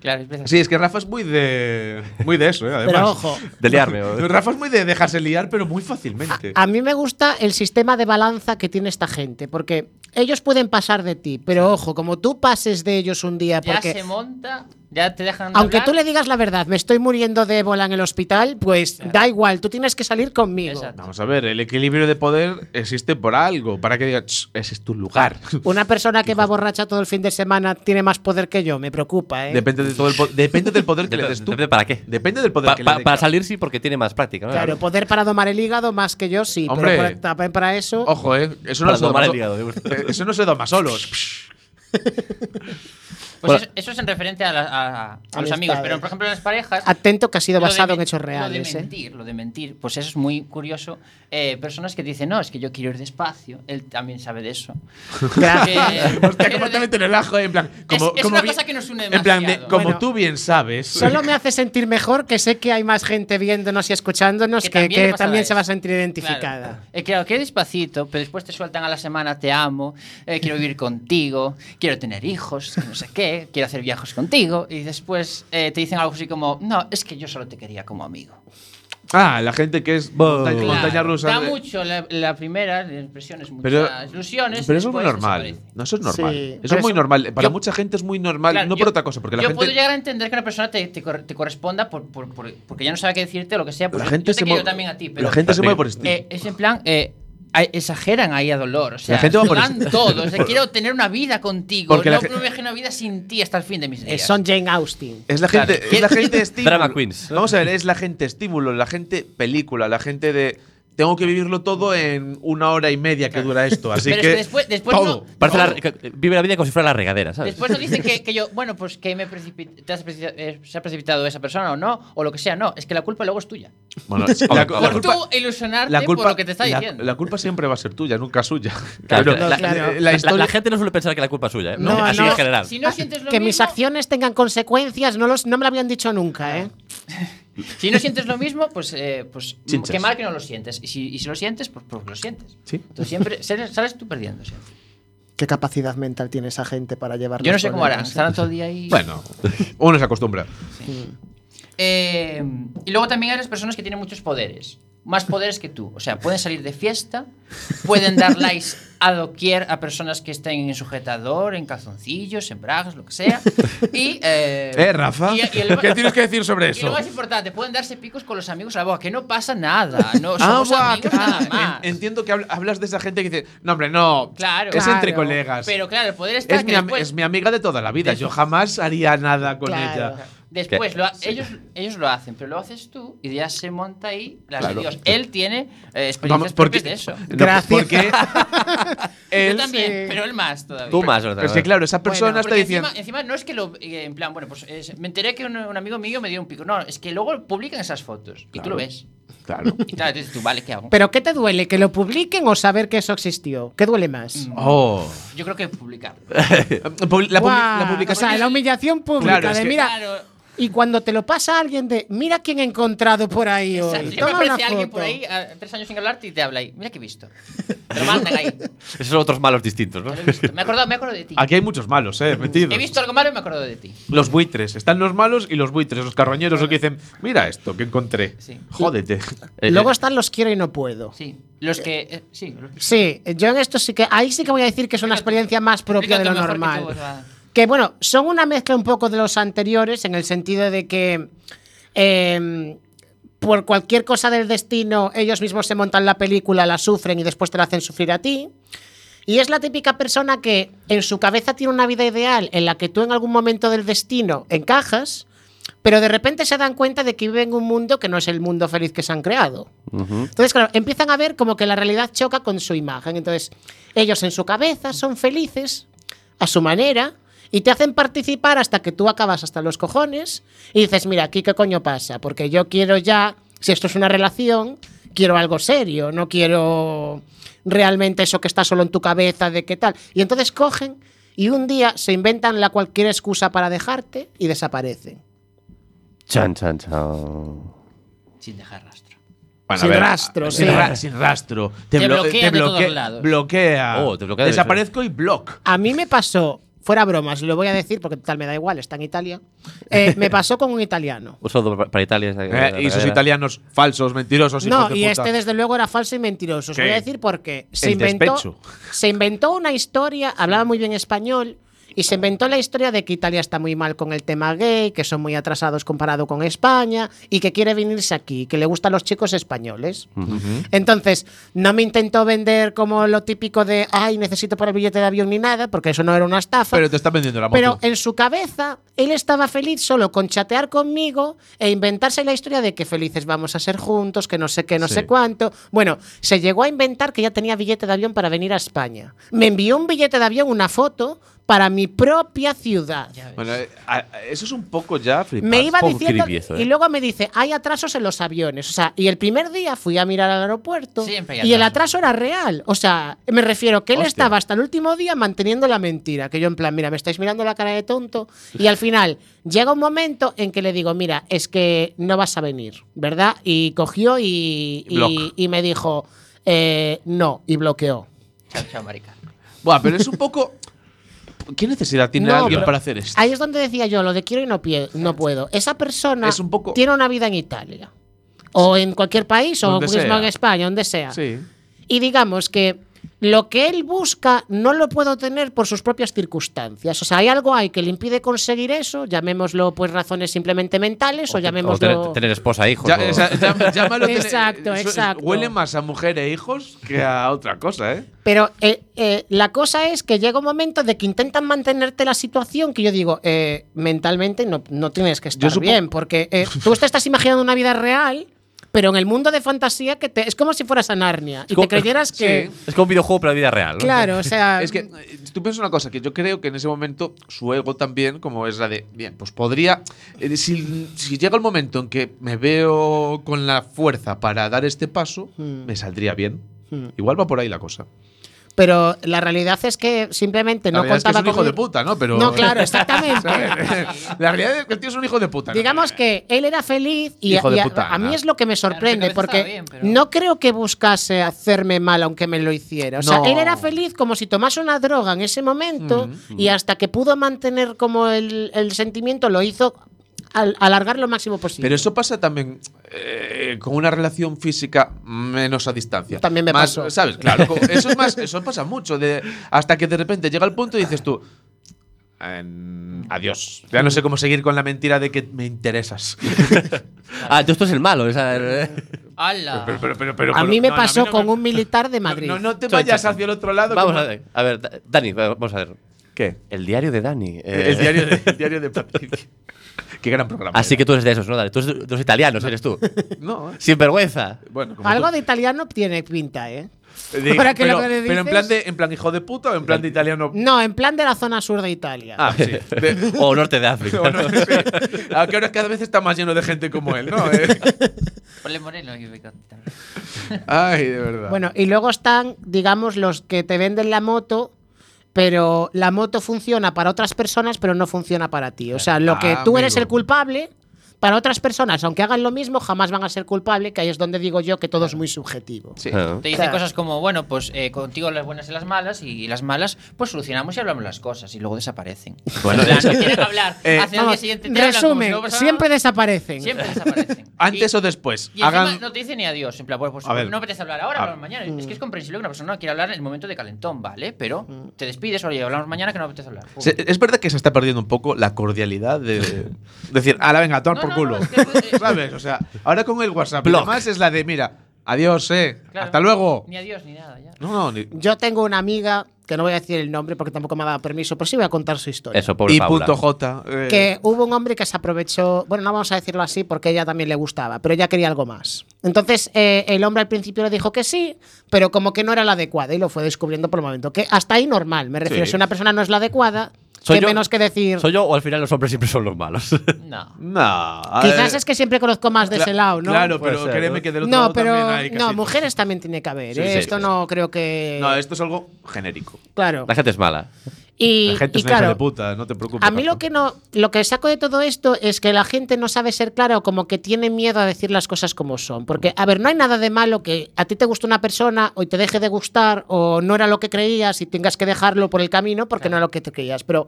I: Claro, es verdad.
C: Sí, es que Rafa es muy de. Muy de eso, ¿eh? Además.
D: Pero ojo,
H: De liarme. o-
C: Rafa es muy de dejarse liar, pero muy fácilmente.
D: a mí me gusta el sistema de balanza que tiene esta gente, porque ellos pueden pasar de ti, pero ojo, como tú pases de ellos un día,
I: Ya
D: porque
I: se monta, ya te dejan.
D: aunque
I: hablar.
D: tú le digas la verdad, me estoy muriendo de ébola en el hospital, pues da igual, tú tienes que salir conmigo.
I: Exacto.
C: Vamos a ver, el equilibrio de poder existe por algo. Para que digan, "Ch, ese es tu lugar.
D: Una persona que va borracha todo el fin de semana tiene más poder que yo, me preocupa, ¿eh?
C: Depende, de todo el po- depende del poder que le des tú.
H: Depende para qué.
C: Depende del poder
H: Pa-
C: que
H: pa-
C: le des.
H: para salir sí, porque tiene más práctica. ¿no?
D: Claro, poder para domar el hígado más que yo, sí,
C: Hombre.
D: pero para- también para eso.
C: Ojo, eh. Eso no,
H: Para
C: se
H: tomar
C: da
H: el hígado, me gusta.
C: eso no se da más solos.
I: Pues
H: Bueno.
I: eso, eso es en referencia a, la- a- a los
L: Amistades.
I: amigos, pero por ejemplo en las parejas.
D: Atento que ha sido
I: lo de
D: basado en
I: men-
D: hechos
I: Lo
D: reales,
I: de
D: ¿eh?
I: mentir, lo de mentir, pues eso es muy curioso. Eh, personas que dicen, no, es que yo quiero ir despacio, él también sabe de eso. Eh,
C: Hostia,
I: pero
C: cómo
I: de-
C: te meten el ajo, eh, en plan. Como,
I: es
C: como
I: una
C: bien-
I: cosa que nos une
C: En plan, de,
I: demasiado.
C: como
D: Bueno.
C: tú bien sabes.
D: Solo me hace sentir mejor que sé que hay más gente viéndonos y escuchándonos que,
I: Que
D: que
I: también
D: también,
I: le pasará
D: se va a
I: eso.
D: sentir identificada.
I: Claro, Eh, claro, que despacito, pero después te sueltan a la semana, te amo, eh, quiero vivir contigo, quiero tener hijos, que no sé qué, quiero hacer viajes contigo, y después eh, te dicen algo así como, no, es que yo solo te quería como amigo.
C: Ah, la gente que es
H: Bo-
C: montaña, montaña
I: Claro,
C: rusa.
I: Da
C: de-
I: mucho la, la primera, las impresiones, muchas
C: Pero-
I: ilusiones.
C: Pero eso es muy
I: después
C: normal.
I: desaparece.
C: No, eso es normal.
D: Sí,
C: eso
D: pero
C: es muy
D: eso-
C: normal. Para
D: yo-
C: mucha gente es muy normal.
I: Claro,
C: no
I: yo-
C: por otra cosa, porque la
I: yo
C: gente.
I: puedo llegar a entender que una persona te, te cor- te corresponda por, por- por- porque ya no sabe qué decirte o lo que sea. Pues
C: la
I: yo-
C: gente
I: yo te
C: se
I: quiero
C: mueve.
I: también a ti, pero
C: la gente se mueve por
I: eh,
C: estilo.
I: es en plan, eh, a- exageran ahí a dolor. O sea,
C: La gente va
I: lo
C: por
I: dan
C: eso.
I: todo. O sea, quiero tener una vida contigo.
C: Porque la
I: no
C: gen-
I: no me imagino una vida sin ti hasta el fin de mis
D: Eh,
I: días.
D: son Jane Austen.
C: Es la gente, es la gente estímulo.
H: Drama queens.
C: Vamos a ver, es la gente estímulo, la gente película, la gente de. Tengo que vivirlo todo en una hora y media que dura esto. Así
I: Pero es
C: que.
I: que después- después
C: todo.
I: no-
H: Parece la- que- vive la vida como si fuera la regadera, ¿sabes?
I: Después nos dicen que, que yo, bueno, pues que me precipi- te has precipitado, eh, se ha precipitado esa persona o no, o lo que sea, no. Es que la culpa luego es tuya.
C: Bueno,
I: la,
C: la-
I: por
C: la culpa-
I: tú ilusionarte
C: la culpa,
I: por lo que te está
C: la-
I: diciendo.
D: Ah,
C: la culpa siempre va a ser tuya, nunca suya.
H: Claro,
C: Pero
H: la,
C: la-
H: la-
C: la
H: la-
C: historia-
H: la gente no suele pensar que la culpa es suya, ¿eh?
D: No,
H: Así
D: no. Ah,
H: en general.
I: Si no sientes lo
D: Que
I: mismo,
D: mis acciones tengan consecuencias, no, los, no me lo habían dicho nunca, ¿eh?
I: si no sientes lo mismo, pues, eh, pues
C: Chinchas.
I: qué mal que no lo sientes. Y si, y si lo sientes, pues porque lo sientes.
C: Sí.
I: Entonces siempre sales, sales tú perdiendo. siempre.
L: ¿Qué capacidad mental tiene esa gente para llevar
I: Yo no
L: los
I: sé cómo harán,
L: problemas, eh?
I: estarán todo el día ahí.
C: Bueno, uno se acostumbra.
I: Eh, y luego también hay las personas que tienen muchos poderes. Más poderes que tú. O sea, pueden salir de fiesta, pueden dar likes a doquier a personas que estén en sujetador, en calzoncillos, en bragas, lo que sea. Y. Eh,
C: ¿Eh, Rafa? ¿Qué tienes que decir sobre
I: Y lo
C: eso?
I: más importante, pueden darse picos con los amigos a la boca, que no pasa nada. No
C: Ah,
I: somos
C: guau,
I: amigos
C: que-
I: nada
C: ah,
I: más.
C: en- Entiendo que habl- hablas de esa gente que dice, no, hombre, no.
I: Claro.
C: es entre
D: Claro.
C: colegas.
I: Pero claro, el poder está
C: es,
I: que
C: mi am-
I: después-
C: es mi amiga de toda la vida. Yo jamás haría nada con
D: Claro.
C: ella.
I: Después, lo ha- ellos, ellos lo hacen, pero lo haces tú y ya se monta ahí las de Dios. Él tiene eh, experiencias
C: porque-
I: propias de eso.
C: No, pues
D: Gracias.
C: Porque
I: Yo
C: él.
I: también,
D: sí.
I: pero él más todavía.
H: Tú más,
C: Pero es que claro, esa persona
I: Bueno,
C: está
I: porque encima-
C: diciendo.
I: Encima, no es que lo. eh, en plan, bueno, pues es- me enteré que un, un amigo mío me dio un pico. No, es que luego publican esas fotos y tú lo ves.
C: Claro.
I: Y claro, dices tú, vale, ¿qué hago?
D: ¿Pero qué te duele? ¿Que lo publiquen o saber que eso existió? ¿Qué duele más?
I: Mm.
C: Oh.
I: Yo creo que publicarlo.
C: Eh, La, publi- la
D: Guau, O
C: publicación.
D: sea, la humillación pública
C: Claro, es
D: de
C: que-
D: mira.
I: Claro.
D: Y cuando te lo pasa alguien de mira quién he encontrado por ahí
I: O
D: hoy.
I: sea, siempre
D: Toma una
I: aparece alguien
D: foto".
I: por ahí, a- tres años sin hablarte, y te habla ahí. Mira que he visto. Te lo mandan ahí. Te
H: Esos son otros malos distintos, ¿no?
I: lo he visto. Me he acordado, me acuerdo de ti.
C: Aquí hay muchos malos, eh, metidos.
I: He visto algo malo y me acuerdo de ti.
C: Los buitres. Están los malos y los buitres, los carroñeros, los que dicen, mira esto que encontré.
I: Sí.
C: Jódete.
H: Eh,
D: Luego
H: eh,
D: están los quiero y no puedo.
I: Sí. Los que. eh, sí, los
D: Sí, yo en esto sí que. Ahí sí que voy a decir que es una experiencia más propia de lo
I: Explícate mejor que
D: normal.
I: tú, o sea.
D: Que bueno, son una mezcla un poco de los anteriores en el sentido de que eh, por cualquier cosa del destino ellos mismos se montan la película, la sufren y después te la hacen sufrir a ti. Y es la típica persona que en su cabeza tiene una vida ideal en la que tú en algún momento del destino encajas, pero de repente se dan cuenta de que viven en un mundo que no es el mundo feliz que se han creado. Entonces, claro, empiezan a ver como que la realidad choca con su imagen. Entonces, ellos en su cabeza son felices a su manera y te hacen participar hasta que tú acabas hasta los cojones y dices, mira, aquí qué coño pasa, porque yo quiero ya, si esto es una relación, quiero algo serio, no quiero realmente eso que está solo en tu cabeza de qué tal. Y entonces cogen y un día se inventan la cualquier excusa para dejarte y desaparecen.
H: Chan, chan, chan.
I: Sin dejar rastro.
D: Sin rastro,
C: ah,
D: sí.
C: ra- sin rastro.
I: Te
C: blo-
I: bloquea de todos
C: bloque-
I: lados.
C: bloquea.
H: Oh, te bloquea de-
C: Desaparezco y block.
D: A mí me pasó, fuera bromas, lo voy a decir porque total me da igual, está en Italia. eh, me pasó con un italiano.
H: Un saludo pa- para Italia. esa-
C: Eh,
H: la
C: y esos
H: regadera.
C: italianos falsos, mentirosos, hijos
D: No,
C: de
D: y
C: puta.
D: este desde luego era falso y mentiroso. Os
C: ¿Qué?
D: voy a decir por qué. Se
C: El despecho.
D: inventó, se inventó una historia, hablaba muy bien español, y se inventó la historia de que Italia está muy mal con el tema gay, que son muy atrasados comparado con España, y que quiere venirse aquí, que le gustan los chicos españoles. Entonces, no me intentó vender como lo típico de, ay, necesito para el billete de avión ni nada, porque eso no era una estafa.
C: Pero te están vendiendo la moto.
D: Pero
I: eh,
D: en su cabeza, él estaba feliz solo con chatear conmigo e inventarse la historia de que felices vamos a ser juntos, que no sé qué, no
C: Sí.
D: sé cuánto. Bueno, se llegó a inventar que ya tenía billete de avión para venir a España. Me envió un billete de avión, una foto, para mi propia ciudad.
I: Ya ves.
C: Bueno, eh, a- a- eso es un poco ya flipar.
D: Me iba
H: poco
D: diciendo
H: creepy eso, ¿eh?
D: y luego me dice, hay atrasos en los aviones. O sea, y el primer día fui a mirar al aeropuerto
I: Siempre hay
D: y el
I: atrasos.
D: atraso era real. O sea, me refiero que él
C: Hostia.
D: estaba hasta el último día manteniendo la mentira. Que yo en plan, mira, me estáis mirando la cara de tonto. Y al final llega un momento en que le digo, mira, es que no vas a venir, ¿verdad? Y cogió y,
C: Y block.
D: y- y me dijo, "Eh, no, y bloqueó.
I: Chao, chao, marica.
C: Buah, pero es un poco. ¿Qué necesidad tiene
D: No,
C: alguien
D: pero-
C: para hacer esto?
D: Ahí es donde decía yo, lo de quiero y no, pie- no puedo. Esa persona
C: Es un poco-
D: tiene una vida en Italia. O en cualquier país, o
C: Donde
D: mismo
C: sea.
D: Ah, en España, donde sea.
C: Sí.
D: Y digamos que Lo que él busca no lo puedo tener por sus propias circunstancias. O sea, hay algo ahí que le impide conseguir eso, llamémoslo pues razones simplemente mentales o,
H: O tener,
D: llamémoslo...
H: tener esposa, e hijos.
C: Ya,
H: o-
C: o sea, llam- llámalo tele-
D: Exacto,
C: su-
D: exacto.
C: Huele más a mujer e hijos que a otra cosa, ¿eh?
D: Pero eh, eh, la cosa es que llega un momento de que intentan mantenerte la situación que yo digo, eh, mentalmente no, no tienes que estar
C: supo-
D: bien, porque eh, tú te estás imaginando una vida real, pero en el mundo de fantasía que te, es como si fueras a Narnia y
H: como-
D: te creyeras que...
H: Sí. Es como un videojuego, pero la vida real. ¿no?
D: Claro, o sea...
C: Es que eh, tú piensas una cosa, que yo creo que en ese momento su ego también, como es la de, bien, pues podría, eh, si, si llega el momento en que me veo con la fuerza para dar este paso,
D: Hmm.
C: me saldría bien.
D: Hmm.
C: Igual va por ahí la cosa.
D: Pero la realidad es que simplemente
C: La
D: no
C: realidad es que es
D: contaba
C: un hijo
D: con...
C: de puta, ¿no? Pero,
D: No, claro, exactamente.
C: ¿sabes? la realidad es que el tío es un hijo de puta. ¿no?
D: Digamos que él era feliz y,
C: Hijo de
D: y a,
C: puta,
D: a mí
C: ah.
D: es lo que me sorprende
I: Claro, en su cabeza
D: porque
I: estaba bien, pero-
D: no creo que buscase hacerme mal aunque me lo hiciera. O sea,
C: No.
D: él era feliz como si tomase una droga en ese momento
C: Mm,
D: y hasta que pudo mantener como el, el sentimiento lo hizo al- alargar lo máximo posible.
C: Pero eso pasa también eh, con una relación física menos a distancia.
D: También me
C: Más,
D: pasó.
C: ¿Sabes? Claro, co- eso, es más, eso pasa mucho. de- hasta que de repente llega el punto y dices tú. "Em, adiós. Ya no sé cómo seguir con la mentira de que me interesas.
H: Ah, entonces tú es el eh. malo. o sea,
I: ¡Hala!
C: pero, pero, pero-
D: Ah. a
C: pero-
D: mí me
C: no, no,
D: pasó
C: no me-
D: con un militar de Madrid.
C: No, no te
H: Chon,
C: vayas
H: chon.
C: hacia el otro lado.
H: vamos
C: como-
H: a ver. A ver, Da- Dani, va- vamos a ver.
C: ¿Qué?
H: El diario de Dani. eh.
C: El diario de, el diario de Patrick. Qué gran programa.
H: Así
C: era.
H: que tú eres de esos, ¿no, Dani? Tú eres de los italianos, eres tú.
C: No, eh.
H: Sin vergüenza.
C: bueno, como
D: Algo
C: tú.
D: de italiano tiene pinta, ¿eh?
C: Digo,
D: ahora que lo
C: pero,
D: que le
C: pero en
D: dices-
C: plan de en plan hijo de puta o en plan de italiano.
D: No, en plan de la zona sur de Italia.
C: Ah, sí. De-
H: O norte de África.
C: No, no, sí. Ah, que ahora cada vez está más lleno de gente como él, ¿no? Eh,
I: Ponle moreno y recorta.
C: Ay, de verdad.
D: Bueno, y luego están, digamos, los que te venden la moto, pero la moto funciona para otras personas, pero no funciona para ti. O sea, lo que
C: Ah,
D: tú eres
C: amigo.
D: el culpable, para otras personas, aunque hagan lo mismo, jamás van a ser culpable, que ahí es donde digo yo que todo es muy subjetivo.
C: Sí.
H: Ah.
I: Te
D: Claro.
I: dicen cosas como, bueno, pues eh, contigo las buenas y las malas, y las malas, pues solucionamos y hablamos las cosas, y luego desaparecen. Bueno, tienen que hablar.
C: Eh,
I: Hacen al día
D: Vamos,
I: siguiente te hablan como si
D: resumen,
I: no pasara
D: siempre
I: nada.
D: desaparecen.
I: Siempre desaparecen.
C: Antes
I: Y-
C: o después.
I: Y encima
C: hagan.
I: no te dicen ni adiós. En plan, bueno, pues,
C: A ver.
I: no apetece hablar ahora,
C: A- Mm.
I: hablamos mañana. Es que es comprensible que una persona no quiera hablar en el momento de calentón, ¿vale? Pero te despides, oye, hablamos mañana que no apetece hablar. Pum.
C: Se- es verdad que se está perdiendo un poco la cordialidad de decir, a la venga, a tomar
I: No,
C: por
I: no,
C: culo.
I: no, es que-
C: ¿Sabes? O sea, ahora con el WhatsApp, lo
H: Block.
C: más es la de, mira, adiós, eh,
I: Claro.
C: hasta luego.
I: Ni adiós, ni nada, ya.
C: No, no, ni-
D: Yo tengo una amiga, que no voy a decir el nombre porque tampoco me ha dado permiso, pero sí voy a contar su historia.
H: Eso, pobre
C: Y
H: Paula.
C: punto J. eh,
D: que hubo un hombre que se aprovechó, bueno, no vamos a decirlo así porque a ella también le gustaba, pero ella quería algo más. Entonces eh, el hombre al principio le dijo que sí, pero como que no era la adecuada y lo fue descubriendo por el momento. Que hasta ahí normal, me refiero,
C: Sí.
D: si una persona no es la adecuada,
H: Soy
D: qué
H: yo-
D: menos que decir...
H: ¿Soy yo o al final los hombres siempre son los malos?
I: No.
C: No.
D: Quizás
C: eh,
D: es que siempre conozco más de
C: cla-
D: ese lado, ¿no?
C: Claro, pero
H: Puede ser,
C: créeme
H: ¿no?
C: que del otro
D: No,
C: lado
D: pero
C: también hay
D: no,
C: casi-
D: mujeres también tiene que haber.
C: Sí,
D: ¿eh?
C: sí,
D: Esto
C: sí.
D: no creo que.
C: No, esto es algo genérico.
D: Claro.
H: La gente es mala.
D: Y,
C: La gente
D: y
C: es una hija
D: claro,
C: de puta, no te preocupes.
D: A mí lo
C: Paco.
D: que no, lo que saco de todo esto es que la gente no sabe ser clara o como que tiene miedo a decir las cosas como son. Porque, a ver, no hay nada de malo que a ti te guste una persona o te deje de gustar o no era lo que creías y tengas que dejarlo por el camino porque no era lo que te creías. Pero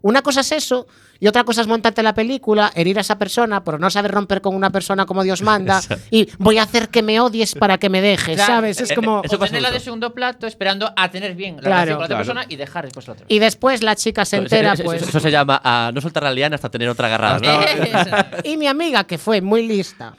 D: una cosa es eso y otra cosa es montarte la película, herir a esa persona por no saber romper con una persona como Dios manda y voy a hacer que me odies para que me dejes,
I: Claro.
D: ¿sabes? Es
I: Eh,
D: como...
H: eh, eso
I: o
H: pasa
I: tenerla
H: mucho.
I: de segundo plato esperando a tener bien la
D: Claro.
I: relación con la otra
C: Claro.
I: persona y dejar después la otra.
D: Y después la chica se entera,
H: eso, eso-
D: pues...
H: eso se llama a no soltar la liana hasta tener otra agarrada. ¿no?
I: Esa.
D: Y mi amiga, que fue muy lista,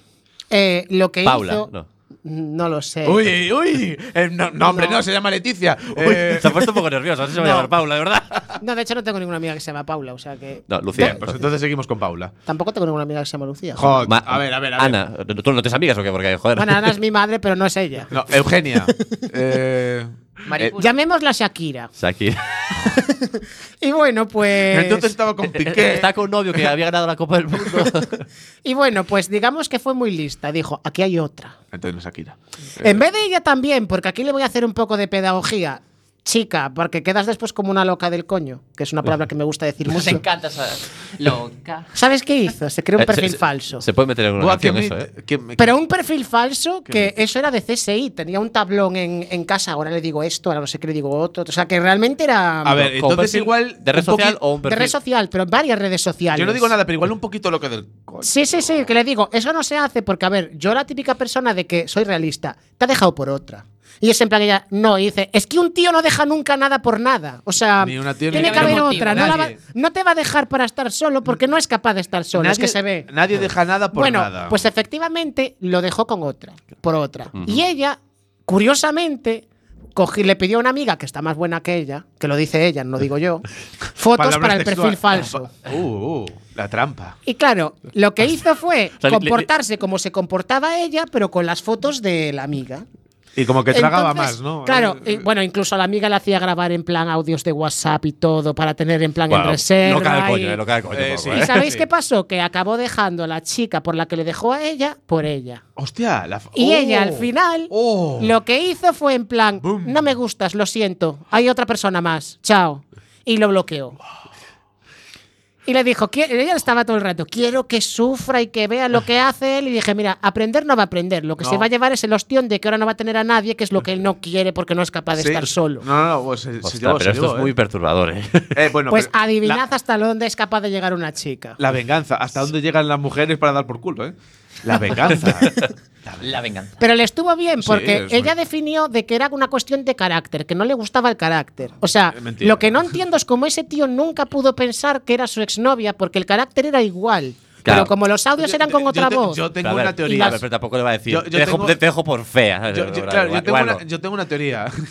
D: eh, lo que
H: Paula,
D: hizo.
H: no.
D: No lo sé.
C: Uy, uy. Eh, no, no, hombre, no. se llama Leticia. Eh,
H: Se ha puesto un poco nerviosa, así se va a llamar Paula, de verdad.
D: No, de hecho, no tengo ninguna amiga que se llama Paula, o sea que.
H: No, Lucía.
C: bien, pues entonces seguimos con Paula.
D: Tampoco tengo ninguna amiga que se llama Lucía.
C: Joder,
H: Ma-
C: a ver, a ver, a ver.
H: Ana, ¿tú no tienes amigas o qué? Porque, joder.
D: Bueno, Ana es mi madre, pero no es ella.
C: No, Eugenia. Eh,
I: Maripu-
D: Llamémosla Shakira.
H: Shakira.
D: Y bueno,
C: eh,
D: pues.
C: entonces estaba con Piqué.
H: Está con un novio que había ganado la Copa del Mundo.
D: Y bueno, pues digamos que fue muy lista. Dijo, aquí hay otra.
C: Entonces no es Shakira.
D: Eh, En vez de ella también, porque aquí le voy a hacer un poco de pedagogía. Chica, porque quedas después como una loca del coño, que es una palabra que me gusta decir
C: Pues
I: Nos
D: mucho.
I: encanta esa loca.
D: ¿Sabes qué hizo? Se creó un
H: Eh, se-
D: perfil
H: se-
D: falso.
H: Se puede meter en una
C: Buah, que
H: canción
C: me-
H: eso, ¿eh?
C: que me-
D: Pero un perfil falso que eso era de CSI, tenía un tablón en, en casa, ahora le digo esto, ahora no sé qué le digo otro, o sea que realmente era
C: A ver,
H: Como
C: entonces
H: perfil
C: igual.
H: ¿De red
C: un poqui-
H: social o un
D: de
H: perfil?
D: red social, pero en varias redes sociales.
C: Yo no digo nada, pero igual un poquito lo que del. coño.
D: Sí, sí, sí, que le digo, eso no se hace porque, a ver, yo la típica persona de que soy realista, te ha dejado por otra. Y es en plan que ella, no, y dice, es que un tío no deja nunca nada por nada. O sea,
C: Ni una tía, ni
D: tiene
C: un
D: que haber
C: tío.
D: otra. No, la va-
C: Nadie.
D: no te va a dejar para estar solo porque no es capaz de estar solo. es que se ve.
C: Nadie deja nada por
D: bueno,
C: nada.
D: pues efectivamente lo dejó con otra, por otra.
C: Ujú.
D: Y ella, curiosamente, cogí- le pidió a una amiga que está más buena que ella, que lo dice ella, no digo yo, fotos
C: Palabras
D: para el perfil
C: textuales.
D: falso.
C: Uh, uh, la trampa.
D: Y claro, lo que hizo fue
C: sea, le- le-
D: comportarse como se comportaba ella, pero con las fotos de la amiga.
C: Y como que tragaba
D: Entonces,
C: más, ¿no? Eh,
D: Claro, y, bueno, incluso a la amiga le hacía grabar en plan audios de WhatsApp y todo para tener en plan
H: Bueno,
D: en reserva.
H: no cae el
D: y-
H: coño, eh, no cae el coño.
C: Eh,
H: un poco,
C: sí.
H: eh.
D: ¿Y sabéis qué pasó? Que acabó dejando a la chica por la que le dejó a ella por ella.
C: Hostia, la fa-
D: Y
C: ¡Oh!
D: ella al final lo que hizo fue en plan, no me gustas, lo siento, hay otra persona más, chao. Y lo bloqueó. Y le dijo, "Qui- ella estaba todo el rato, quiero que sufra y que vea lo que hace él. Y dije, mira, aprender no va a aprender, lo que se
C: No.
D: va a llevar es el ostión de que ahora no va a tener a nadie, que es lo que él no quiere porque no es capaz de
C: Sí.
D: estar solo.
C: No, no, no, pues se, se
H: Hostia,
C: llevó, se
H: pero esto
C: llevó,
H: es
C: eh.
H: muy perturbador, ¿eh?
C: Eh, bueno,
D: Pues
C: pero
D: adivinad
C: La,
D: hasta dónde es capaz de llegar una chica.
C: la venganza. ¿Hasta dónde llegan las mujeres para dar por culo, eh? La venganza.
I: La venganza.
D: Pero le estuvo bien
C: Sí,
D: porque
C: es
D: ella definió de que era una cuestión de carácter, que no le gustaba el carácter. O sea,
C: Eh, mentira.
D: lo que no entiendo es cómo ese tío nunca pudo pensar que era su exnovia porque el carácter era igual.
H: Claro.
D: Pero como los audios eran con otra
C: te-
D: voz.
C: yo tengo
H: Pero a ver,
C: una teoría.
H: y las- Pero tampoco le va a decir.
C: Yo-
H: te,
C: yo
H: dejo,
C: tengo-
H: te dejo por fea. ¿sabes?
C: Yo, yo-
H: Igual-
C: claro, yo tengo,
H: igual no.
C: una, yo tengo una teoría.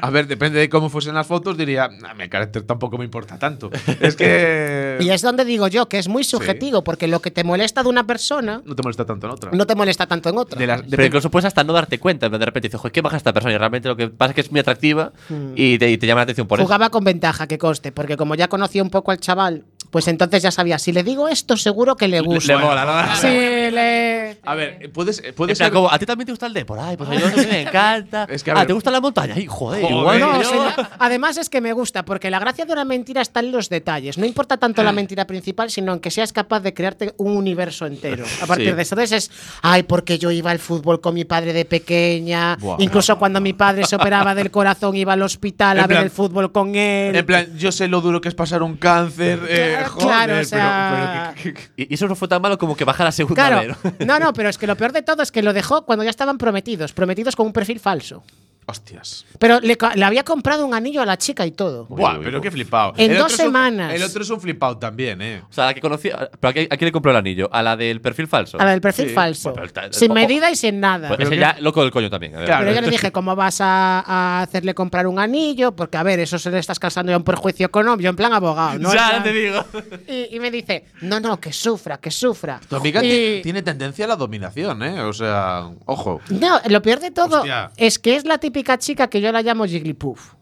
C: A ver, depende de cómo fuesen las fotos, diría, "Ah, mi carácter tampoco me importa tanto. Es que
D: Y es donde digo yo que es muy subjetivo porque lo que te molesta de una persona
C: no te molesta tanto en otra.
D: no te molesta tanto en otra.
C: De las-
H: Pero incluso puedes hasta no darte cuenta. en plan, De repente dices, joder, qué baja esta persona. Y realmente lo que pasa es que es muy atractiva
D: Hmm.
H: y, te, y te llama la atención por eso.
D: Jugaba con ventaja, que conste, porque como ya conocía un poco al chaval, pues entonces ya sabía, si le digo esto seguro que le gusta.
H: le mola, ¿no?
D: Sí, le...
C: A ver, puedes, eh,
H: En plan,
C: puedes ser.
H: como, a ti también te gusta el deporte. Ay, pues a mí no sé, me encanta.
C: Es que, a
H: ah,
C: ver-
H: ¿te gusta la montaña? Ay, joder,
C: Joder,
H: igual.
D: No,
H: que yo.
D: se la- además es que me gusta, porque la gracia de una mentira está en los detalles. No importa tanto
H: Mm.
D: la mentira principal, sino en que seas capaz de crearte un universo entero. A partir
H: Sí.
D: de eso entonces es, ay, porque yo iba al fútbol con mi padre de pequeña,
C: Buah.
D: incluso cuando mi padre se operaba del corazón iba al hospital a
C: En
D: ver
C: plan-
D: el fútbol con él.
C: En plan, yo sé lo duro que es pasar un cáncer. eh,
D: Claro,
C: joder,
D: claro, o
C: pero-
D: sea-
C: pero, que- que-
H: Y y eso no fue tan malo como que bajar a segunda
D: Claro,
H: vez, ¿no?
D: no, no, pero es que lo peor de todo es que lo dejó cuando ya estaban prometidos, prometidos con un perfil falso.
C: Hostias.
D: Pero le, ca- le había comprado un anillo a la chica y todo.
C: Buah, pero qué flipado.
D: En
C: otro
D: dos
C: es un-
D: semanas.
C: el otro es un flipado también, eh.
H: O sea, la que conocía. ¿Pero a qué, a quién le compró el anillo? ¿A la del perfil falso?
D: A la del perfil
C: Sí.
D: falso.
H: Bueno, pero el ta-
D: sin
H: o-
D: medida y sin nada.
H: Pues ese ya, loco del coño también. a ver.
C: Claro.
D: Pero yo le dije, ¿cómo vas a, a hacerle comprar un anillo? Porque, a ver, eso se le estás causando ya un perjuicio económico, en plan abogado, ¿no?
H: Ya,
D: En plan-
H: te digo.
D: Y, y me dice, no, no, que sufra, que sufra.
C: Tu amiga
D: Y-
C: ti- tiene tendencia a la dominación, eh. O sea, ojo.
D: No, lo peor de todo
C: Hostia.
D: es que es la típica chica que yo la llamo Jigglypuff.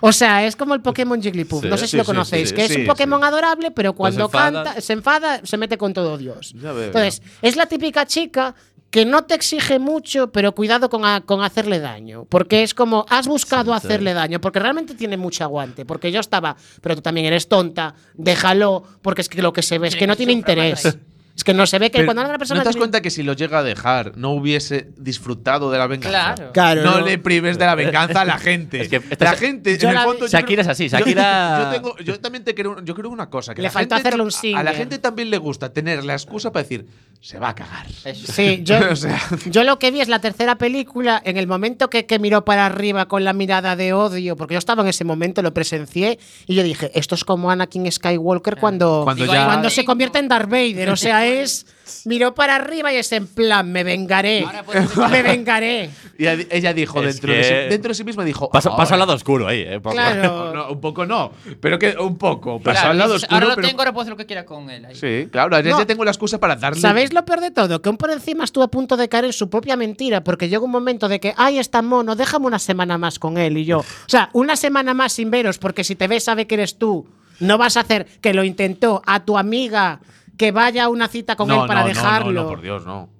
D: O sea, es como el Pokémon Jigglypuff,
H: Sí,
D: no sé si
C: sí,
D: lo
C: sí,
D: conocéis,
C: sí,
D: que es
C: sí,
D: un
C: sí.
D: Pokémon
C: Pues
D: adorable, pero cuando
H: enfada.
D: canta, se enfada, se mete con todo Dios.
C: Ya veo.
D: Entonces, es la típica chica que no te exige mucho, pero cuidado con, a- con hacerle daño, porque es como, has buscado hacerle daño, porque realmente tiene mucho aguante, porque yo estaba, pero tú también eres tonta, déjalo, porque es que lo que se ve es que no tiene interés. Es que no se ve que
C: Pero,
D: cuando una persona
C: ¿No te das
D: tiene-
C: cuenta que si lo llega a dejar, no hubiese disfrutado de la venganza?
I: Claro.
L: Claro,
C: No,
L: ¿no?
C: le prives de la venganza a la gente.
H: Es que esta
C: la
H: Sha-
C: gente,
D: Yo
C: en el
D: la-
C: fondo. yo creo-
H: Shakira es así,
C: yo-
H: Shakira-
C: Yo, tengo- yo también te creo, yo creo una cosa. Que
D: Le
C: la
D: faltó
C: gente-
D: hacerle
C: A
D: un
C: la
D: single.
C: gente también le gusta tener la excusa para decir, se va a cagar.
I: Eso.
D: Sí, yo,
C: O sea-
D: yo lo que vi es la tercera película, en el momento que, que miró para arriba con la mirada de odio, porque yo estaba en ese momento, lo presencié, y yo dije, esto es como Anakin Skywalker cuando,
C: Cuando ya-
D: se convierte en Darth Vader, o sea, es... Miró para arriba y es en plan, me vengaré,
I: Ahora puedes-
D: me vengaré.
C: Y ella- ella dijo,
H: Es
C: dentro,
H: que-
C: de sí, dentro de sí misma, dijo.
H: Paso, paso
C: "Ahora".
H: al lado oscuro ahí, ¿eh? Poco.
D: Claro.
C: No, un poco no, pero que un poco. Pasó
I: Claro,
C: al lado
I: dices,
C: oscuro.
I: ahora lo
C: pero-
I: tengo, ahora puedo hacer lo que quiera con él. ahí.
C: Sí, claro, ahora
D: No.
C: ya tengo la excusa para darle.
D: ¿Sabéis lo peor de todo? Que un por encima estuvo a punto de caer en su propia mentira, porque llegó un momento de que, ay, está mono, déjame una semana más con él y yo. O sea, una semana más sin veros, porque si te ves sabe que eres tú. No vas a hacer que lo intentó a tu amiga que vaya a una cita con
C: No,
D: él para
C: no, no,
D: dejarlo.
C: No, no, por Dios, no.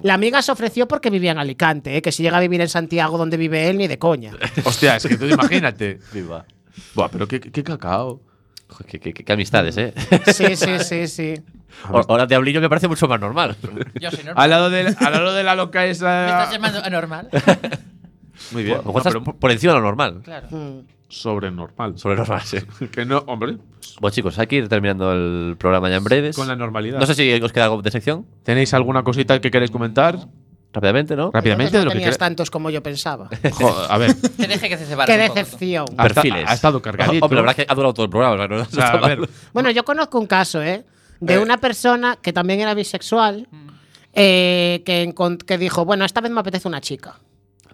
D: La amiga se ofreció porque vivía en Alicante, ¿eh? que si llega a vivir en Santiago donde vive él, ni de coña.
C: Hostia, es que tú imagínate.
H: Viva.
C: Buah, pero qué, qué- qué cacao.
H: Joder, Qué, qué- qué- qué amistades, ¿eh?
D: Sí, sí, sí, sí.
H: O- Ahora Diablillo me parece mucho más normal.
I: Yo soy normal.
C: Al lado de la, al lado de la loca
I: ¿Me estás
C: esa.
I: llamando anormal?
C: Muy
H: O- o Pues, estás por- por encima de lo normal.
I: Claro.
C: Mm. sobrenormal.
H: Sobre lo normal, sí.
C: Que no, hombre.
H: Bueno, chicos, hay que ir terminando el programa ya en breves.
C: Con la normalidad.
H: No sé si os queda algo de sección.
C: ¿Tenéis alguna cosita que queréis comentar?
H: Rápidamente, ¿no?
D: Entonces
C: Rápidamente
D: no
C: de lo que
D: tenías
C: cre-
D: tantos como yo pensaba.
C: Jo- a ver.
I: Te deje que se separe.
D: Qué decepción.
C: Ha esta- Ha estado cargadito.
H: Hombre, la verdad es que ha durado todo el programa. o sea, no- no
C: sea,
H: está
C: a ver,
H: mal.
D: Bueno, yo conozco un caso, ¿eh? De
H: Eh.
D: una persona que también era bisexual, eh, que, encon- que dijo, bueno, esta vez me apetece una chica.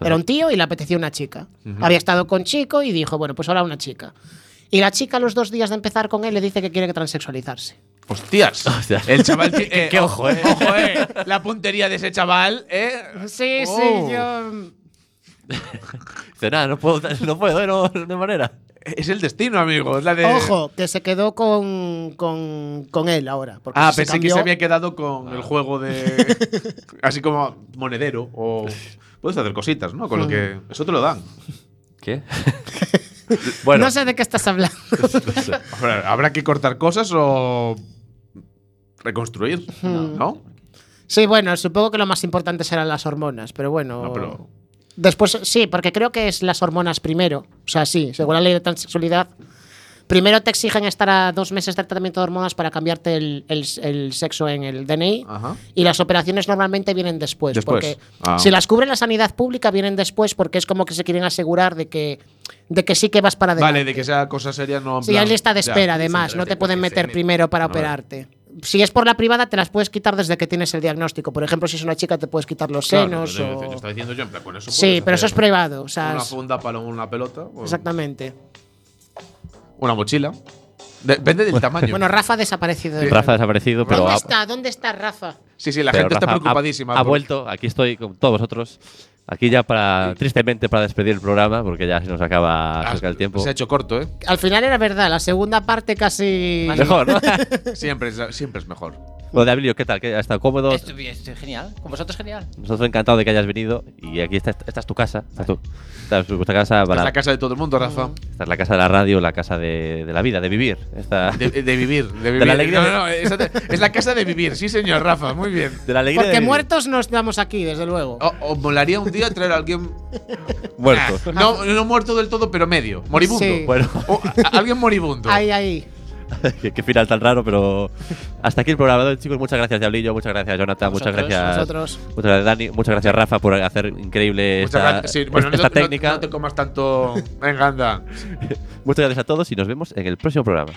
D: Era un tío y le apetecía una chica.
B: Ujú.
D: Había estado con chico y dijo, bueno, pues ahora una chica. Y la chica a los dos días de empezar con él le dice que quiere que transexualizarse.
C: Hostias. El chaval. ti- eh,
H: Qué ojo, eh.
C: Ojo, eh. La puntería de ese chaval, eh.
D: Sí,
C: Oh.
D: sí, yo...
H: Dice, nada, no puedo, no puedo, no, no hay manera.
C: Es el destino, amigos. La de.
D: Ojo, que se quedó con, con, con él ahora. porque
C: Ah,
D: se
C: pensé que
D: cambió.
C: se había quedado con
H: Ah.
C: el juego de. así como monedero o. Puedes hacer cositas, ¿no? Con lo que. Eso te lo dan.
H: ¿Qué?
D: No sé de qué estás hablando.
C: Habrá- Habrá que cortar cosas o. reconstruir,
D: Hmm.
C: ¿no?
D: Sí, bueno, supongo que lo más importante serán las hormonas, pero bueno.
C: No, pero-
D: Después, sí, porque creo que es las hormonas primero. O sea, sí, según la ley de transexualidad. Primero te exigen estar a dos meses de tratamiento de hormonas para cambiarte el, el- el sexo en el DNI.
C: Ajá.
D: Y las operaciones normalmente vienen después.
C: Ah. Después.
D: Porque
C: Ah.
D: si las cubre la sanidad pública, vienen después porque es como que se quieren asegurar de que, de que sí que vas para adelante.
C: Vale, de que sea cosa seria, no. en
D: Sí,
C: plan-
D: hay lista de
C: ya.
D: espera, además. No te pueden meter primero para
C: A ver.
D: operarte. Si es por la privada, te las puedes quitar desde que tienes el diagnóstico. Por ejemplo, si es una chica, te puedes quitar los
C: Claro,
D: senos.
C: pero yo-
D: o-
C: yo estaba diciendo yo, en plan, con eso
D: Sí,
C: puedes
D: pero eso
C: hacer
D: es privado, o sea,
C: una
D: es-
C: funda pues. para una pelota. o
D: Exactamente.
C: Una mochila. Depende del tamaño.
D: Bueno, Rafa ha desaparecido. de
H: Rafa ha
D: nuevo.
H: desaparecido, pero.
D: ¿Dónde
H: ha-
D: está? ¿Dónde está Rafa?
C: Sí, sí, la
H: Pero
C: gente está
H: Rafa ha-
C: preocupadísima.
H: Ha,
C: por-
H: vuelto, aquí estoy con todos vosotros. Aquí ya para, tristemente, para despedir el programa, porque ya se nos acaba se acaba el tiempo.
C: Ah, Se ha hecho corto, ¿eh?
D: Al final era verdad, la segunda parte casi.
H: Mejor, ¿no?
C: siempre, es, siempre es mejor.
H: Lo de Abelio, ¿qué tal? ¿Qué, ¿Has estado cómodo?
I: Estoy, estoy genial. Con vosotros genial.
H: Nosotros encantados de que hayas venido. Y aquí esta, esta es tu casa. Esta es, tu, esta es vuestra casa.
C: Esta
H: para-
C: es la casa de todo el mundo, Rafa.
H: esta es la casa de la radio, la casa de, de la vida, de vivir. Esta-
C: De, de vivir, de vivir.
H: la alegría
C: No,
H: de-
C: no, no, esa te- es la casa de vivir, sí, señor Rafa, muy bien.
H: de Oh, la alegría de
D: Porque
H: vivir.
D: muertos no estamos aquí, desde luego.
C: O, o molaría un día traer a alguien.
H: Muerto.
C: Ah, No, no muerto del todo, pero medio. Moribundo.
D: Sí.
H: Bueno.
C: O a- a- alguien moribundo.
D: Ahí, ahí.
H: qué, qué final tan raro, pero hasta aquí el programa de hoy, chicos. Muchas gracias, Diablillo. Muchas gracias, Jonathan. Muchas
D: vosotros,
H: gracias.
D: a vosotros.
H: Muchas gracias, Dani. Muchas gracias, Rafa, por hacer increíble
C: Muchas
H: esta,
C: gracias. Sí, bueno,
H: esta
C: no, no-
H: técnica.
C: no te comas tanto. Venga, anda.
H: Muchas gracias a todos y nos vemos en el próximo programa.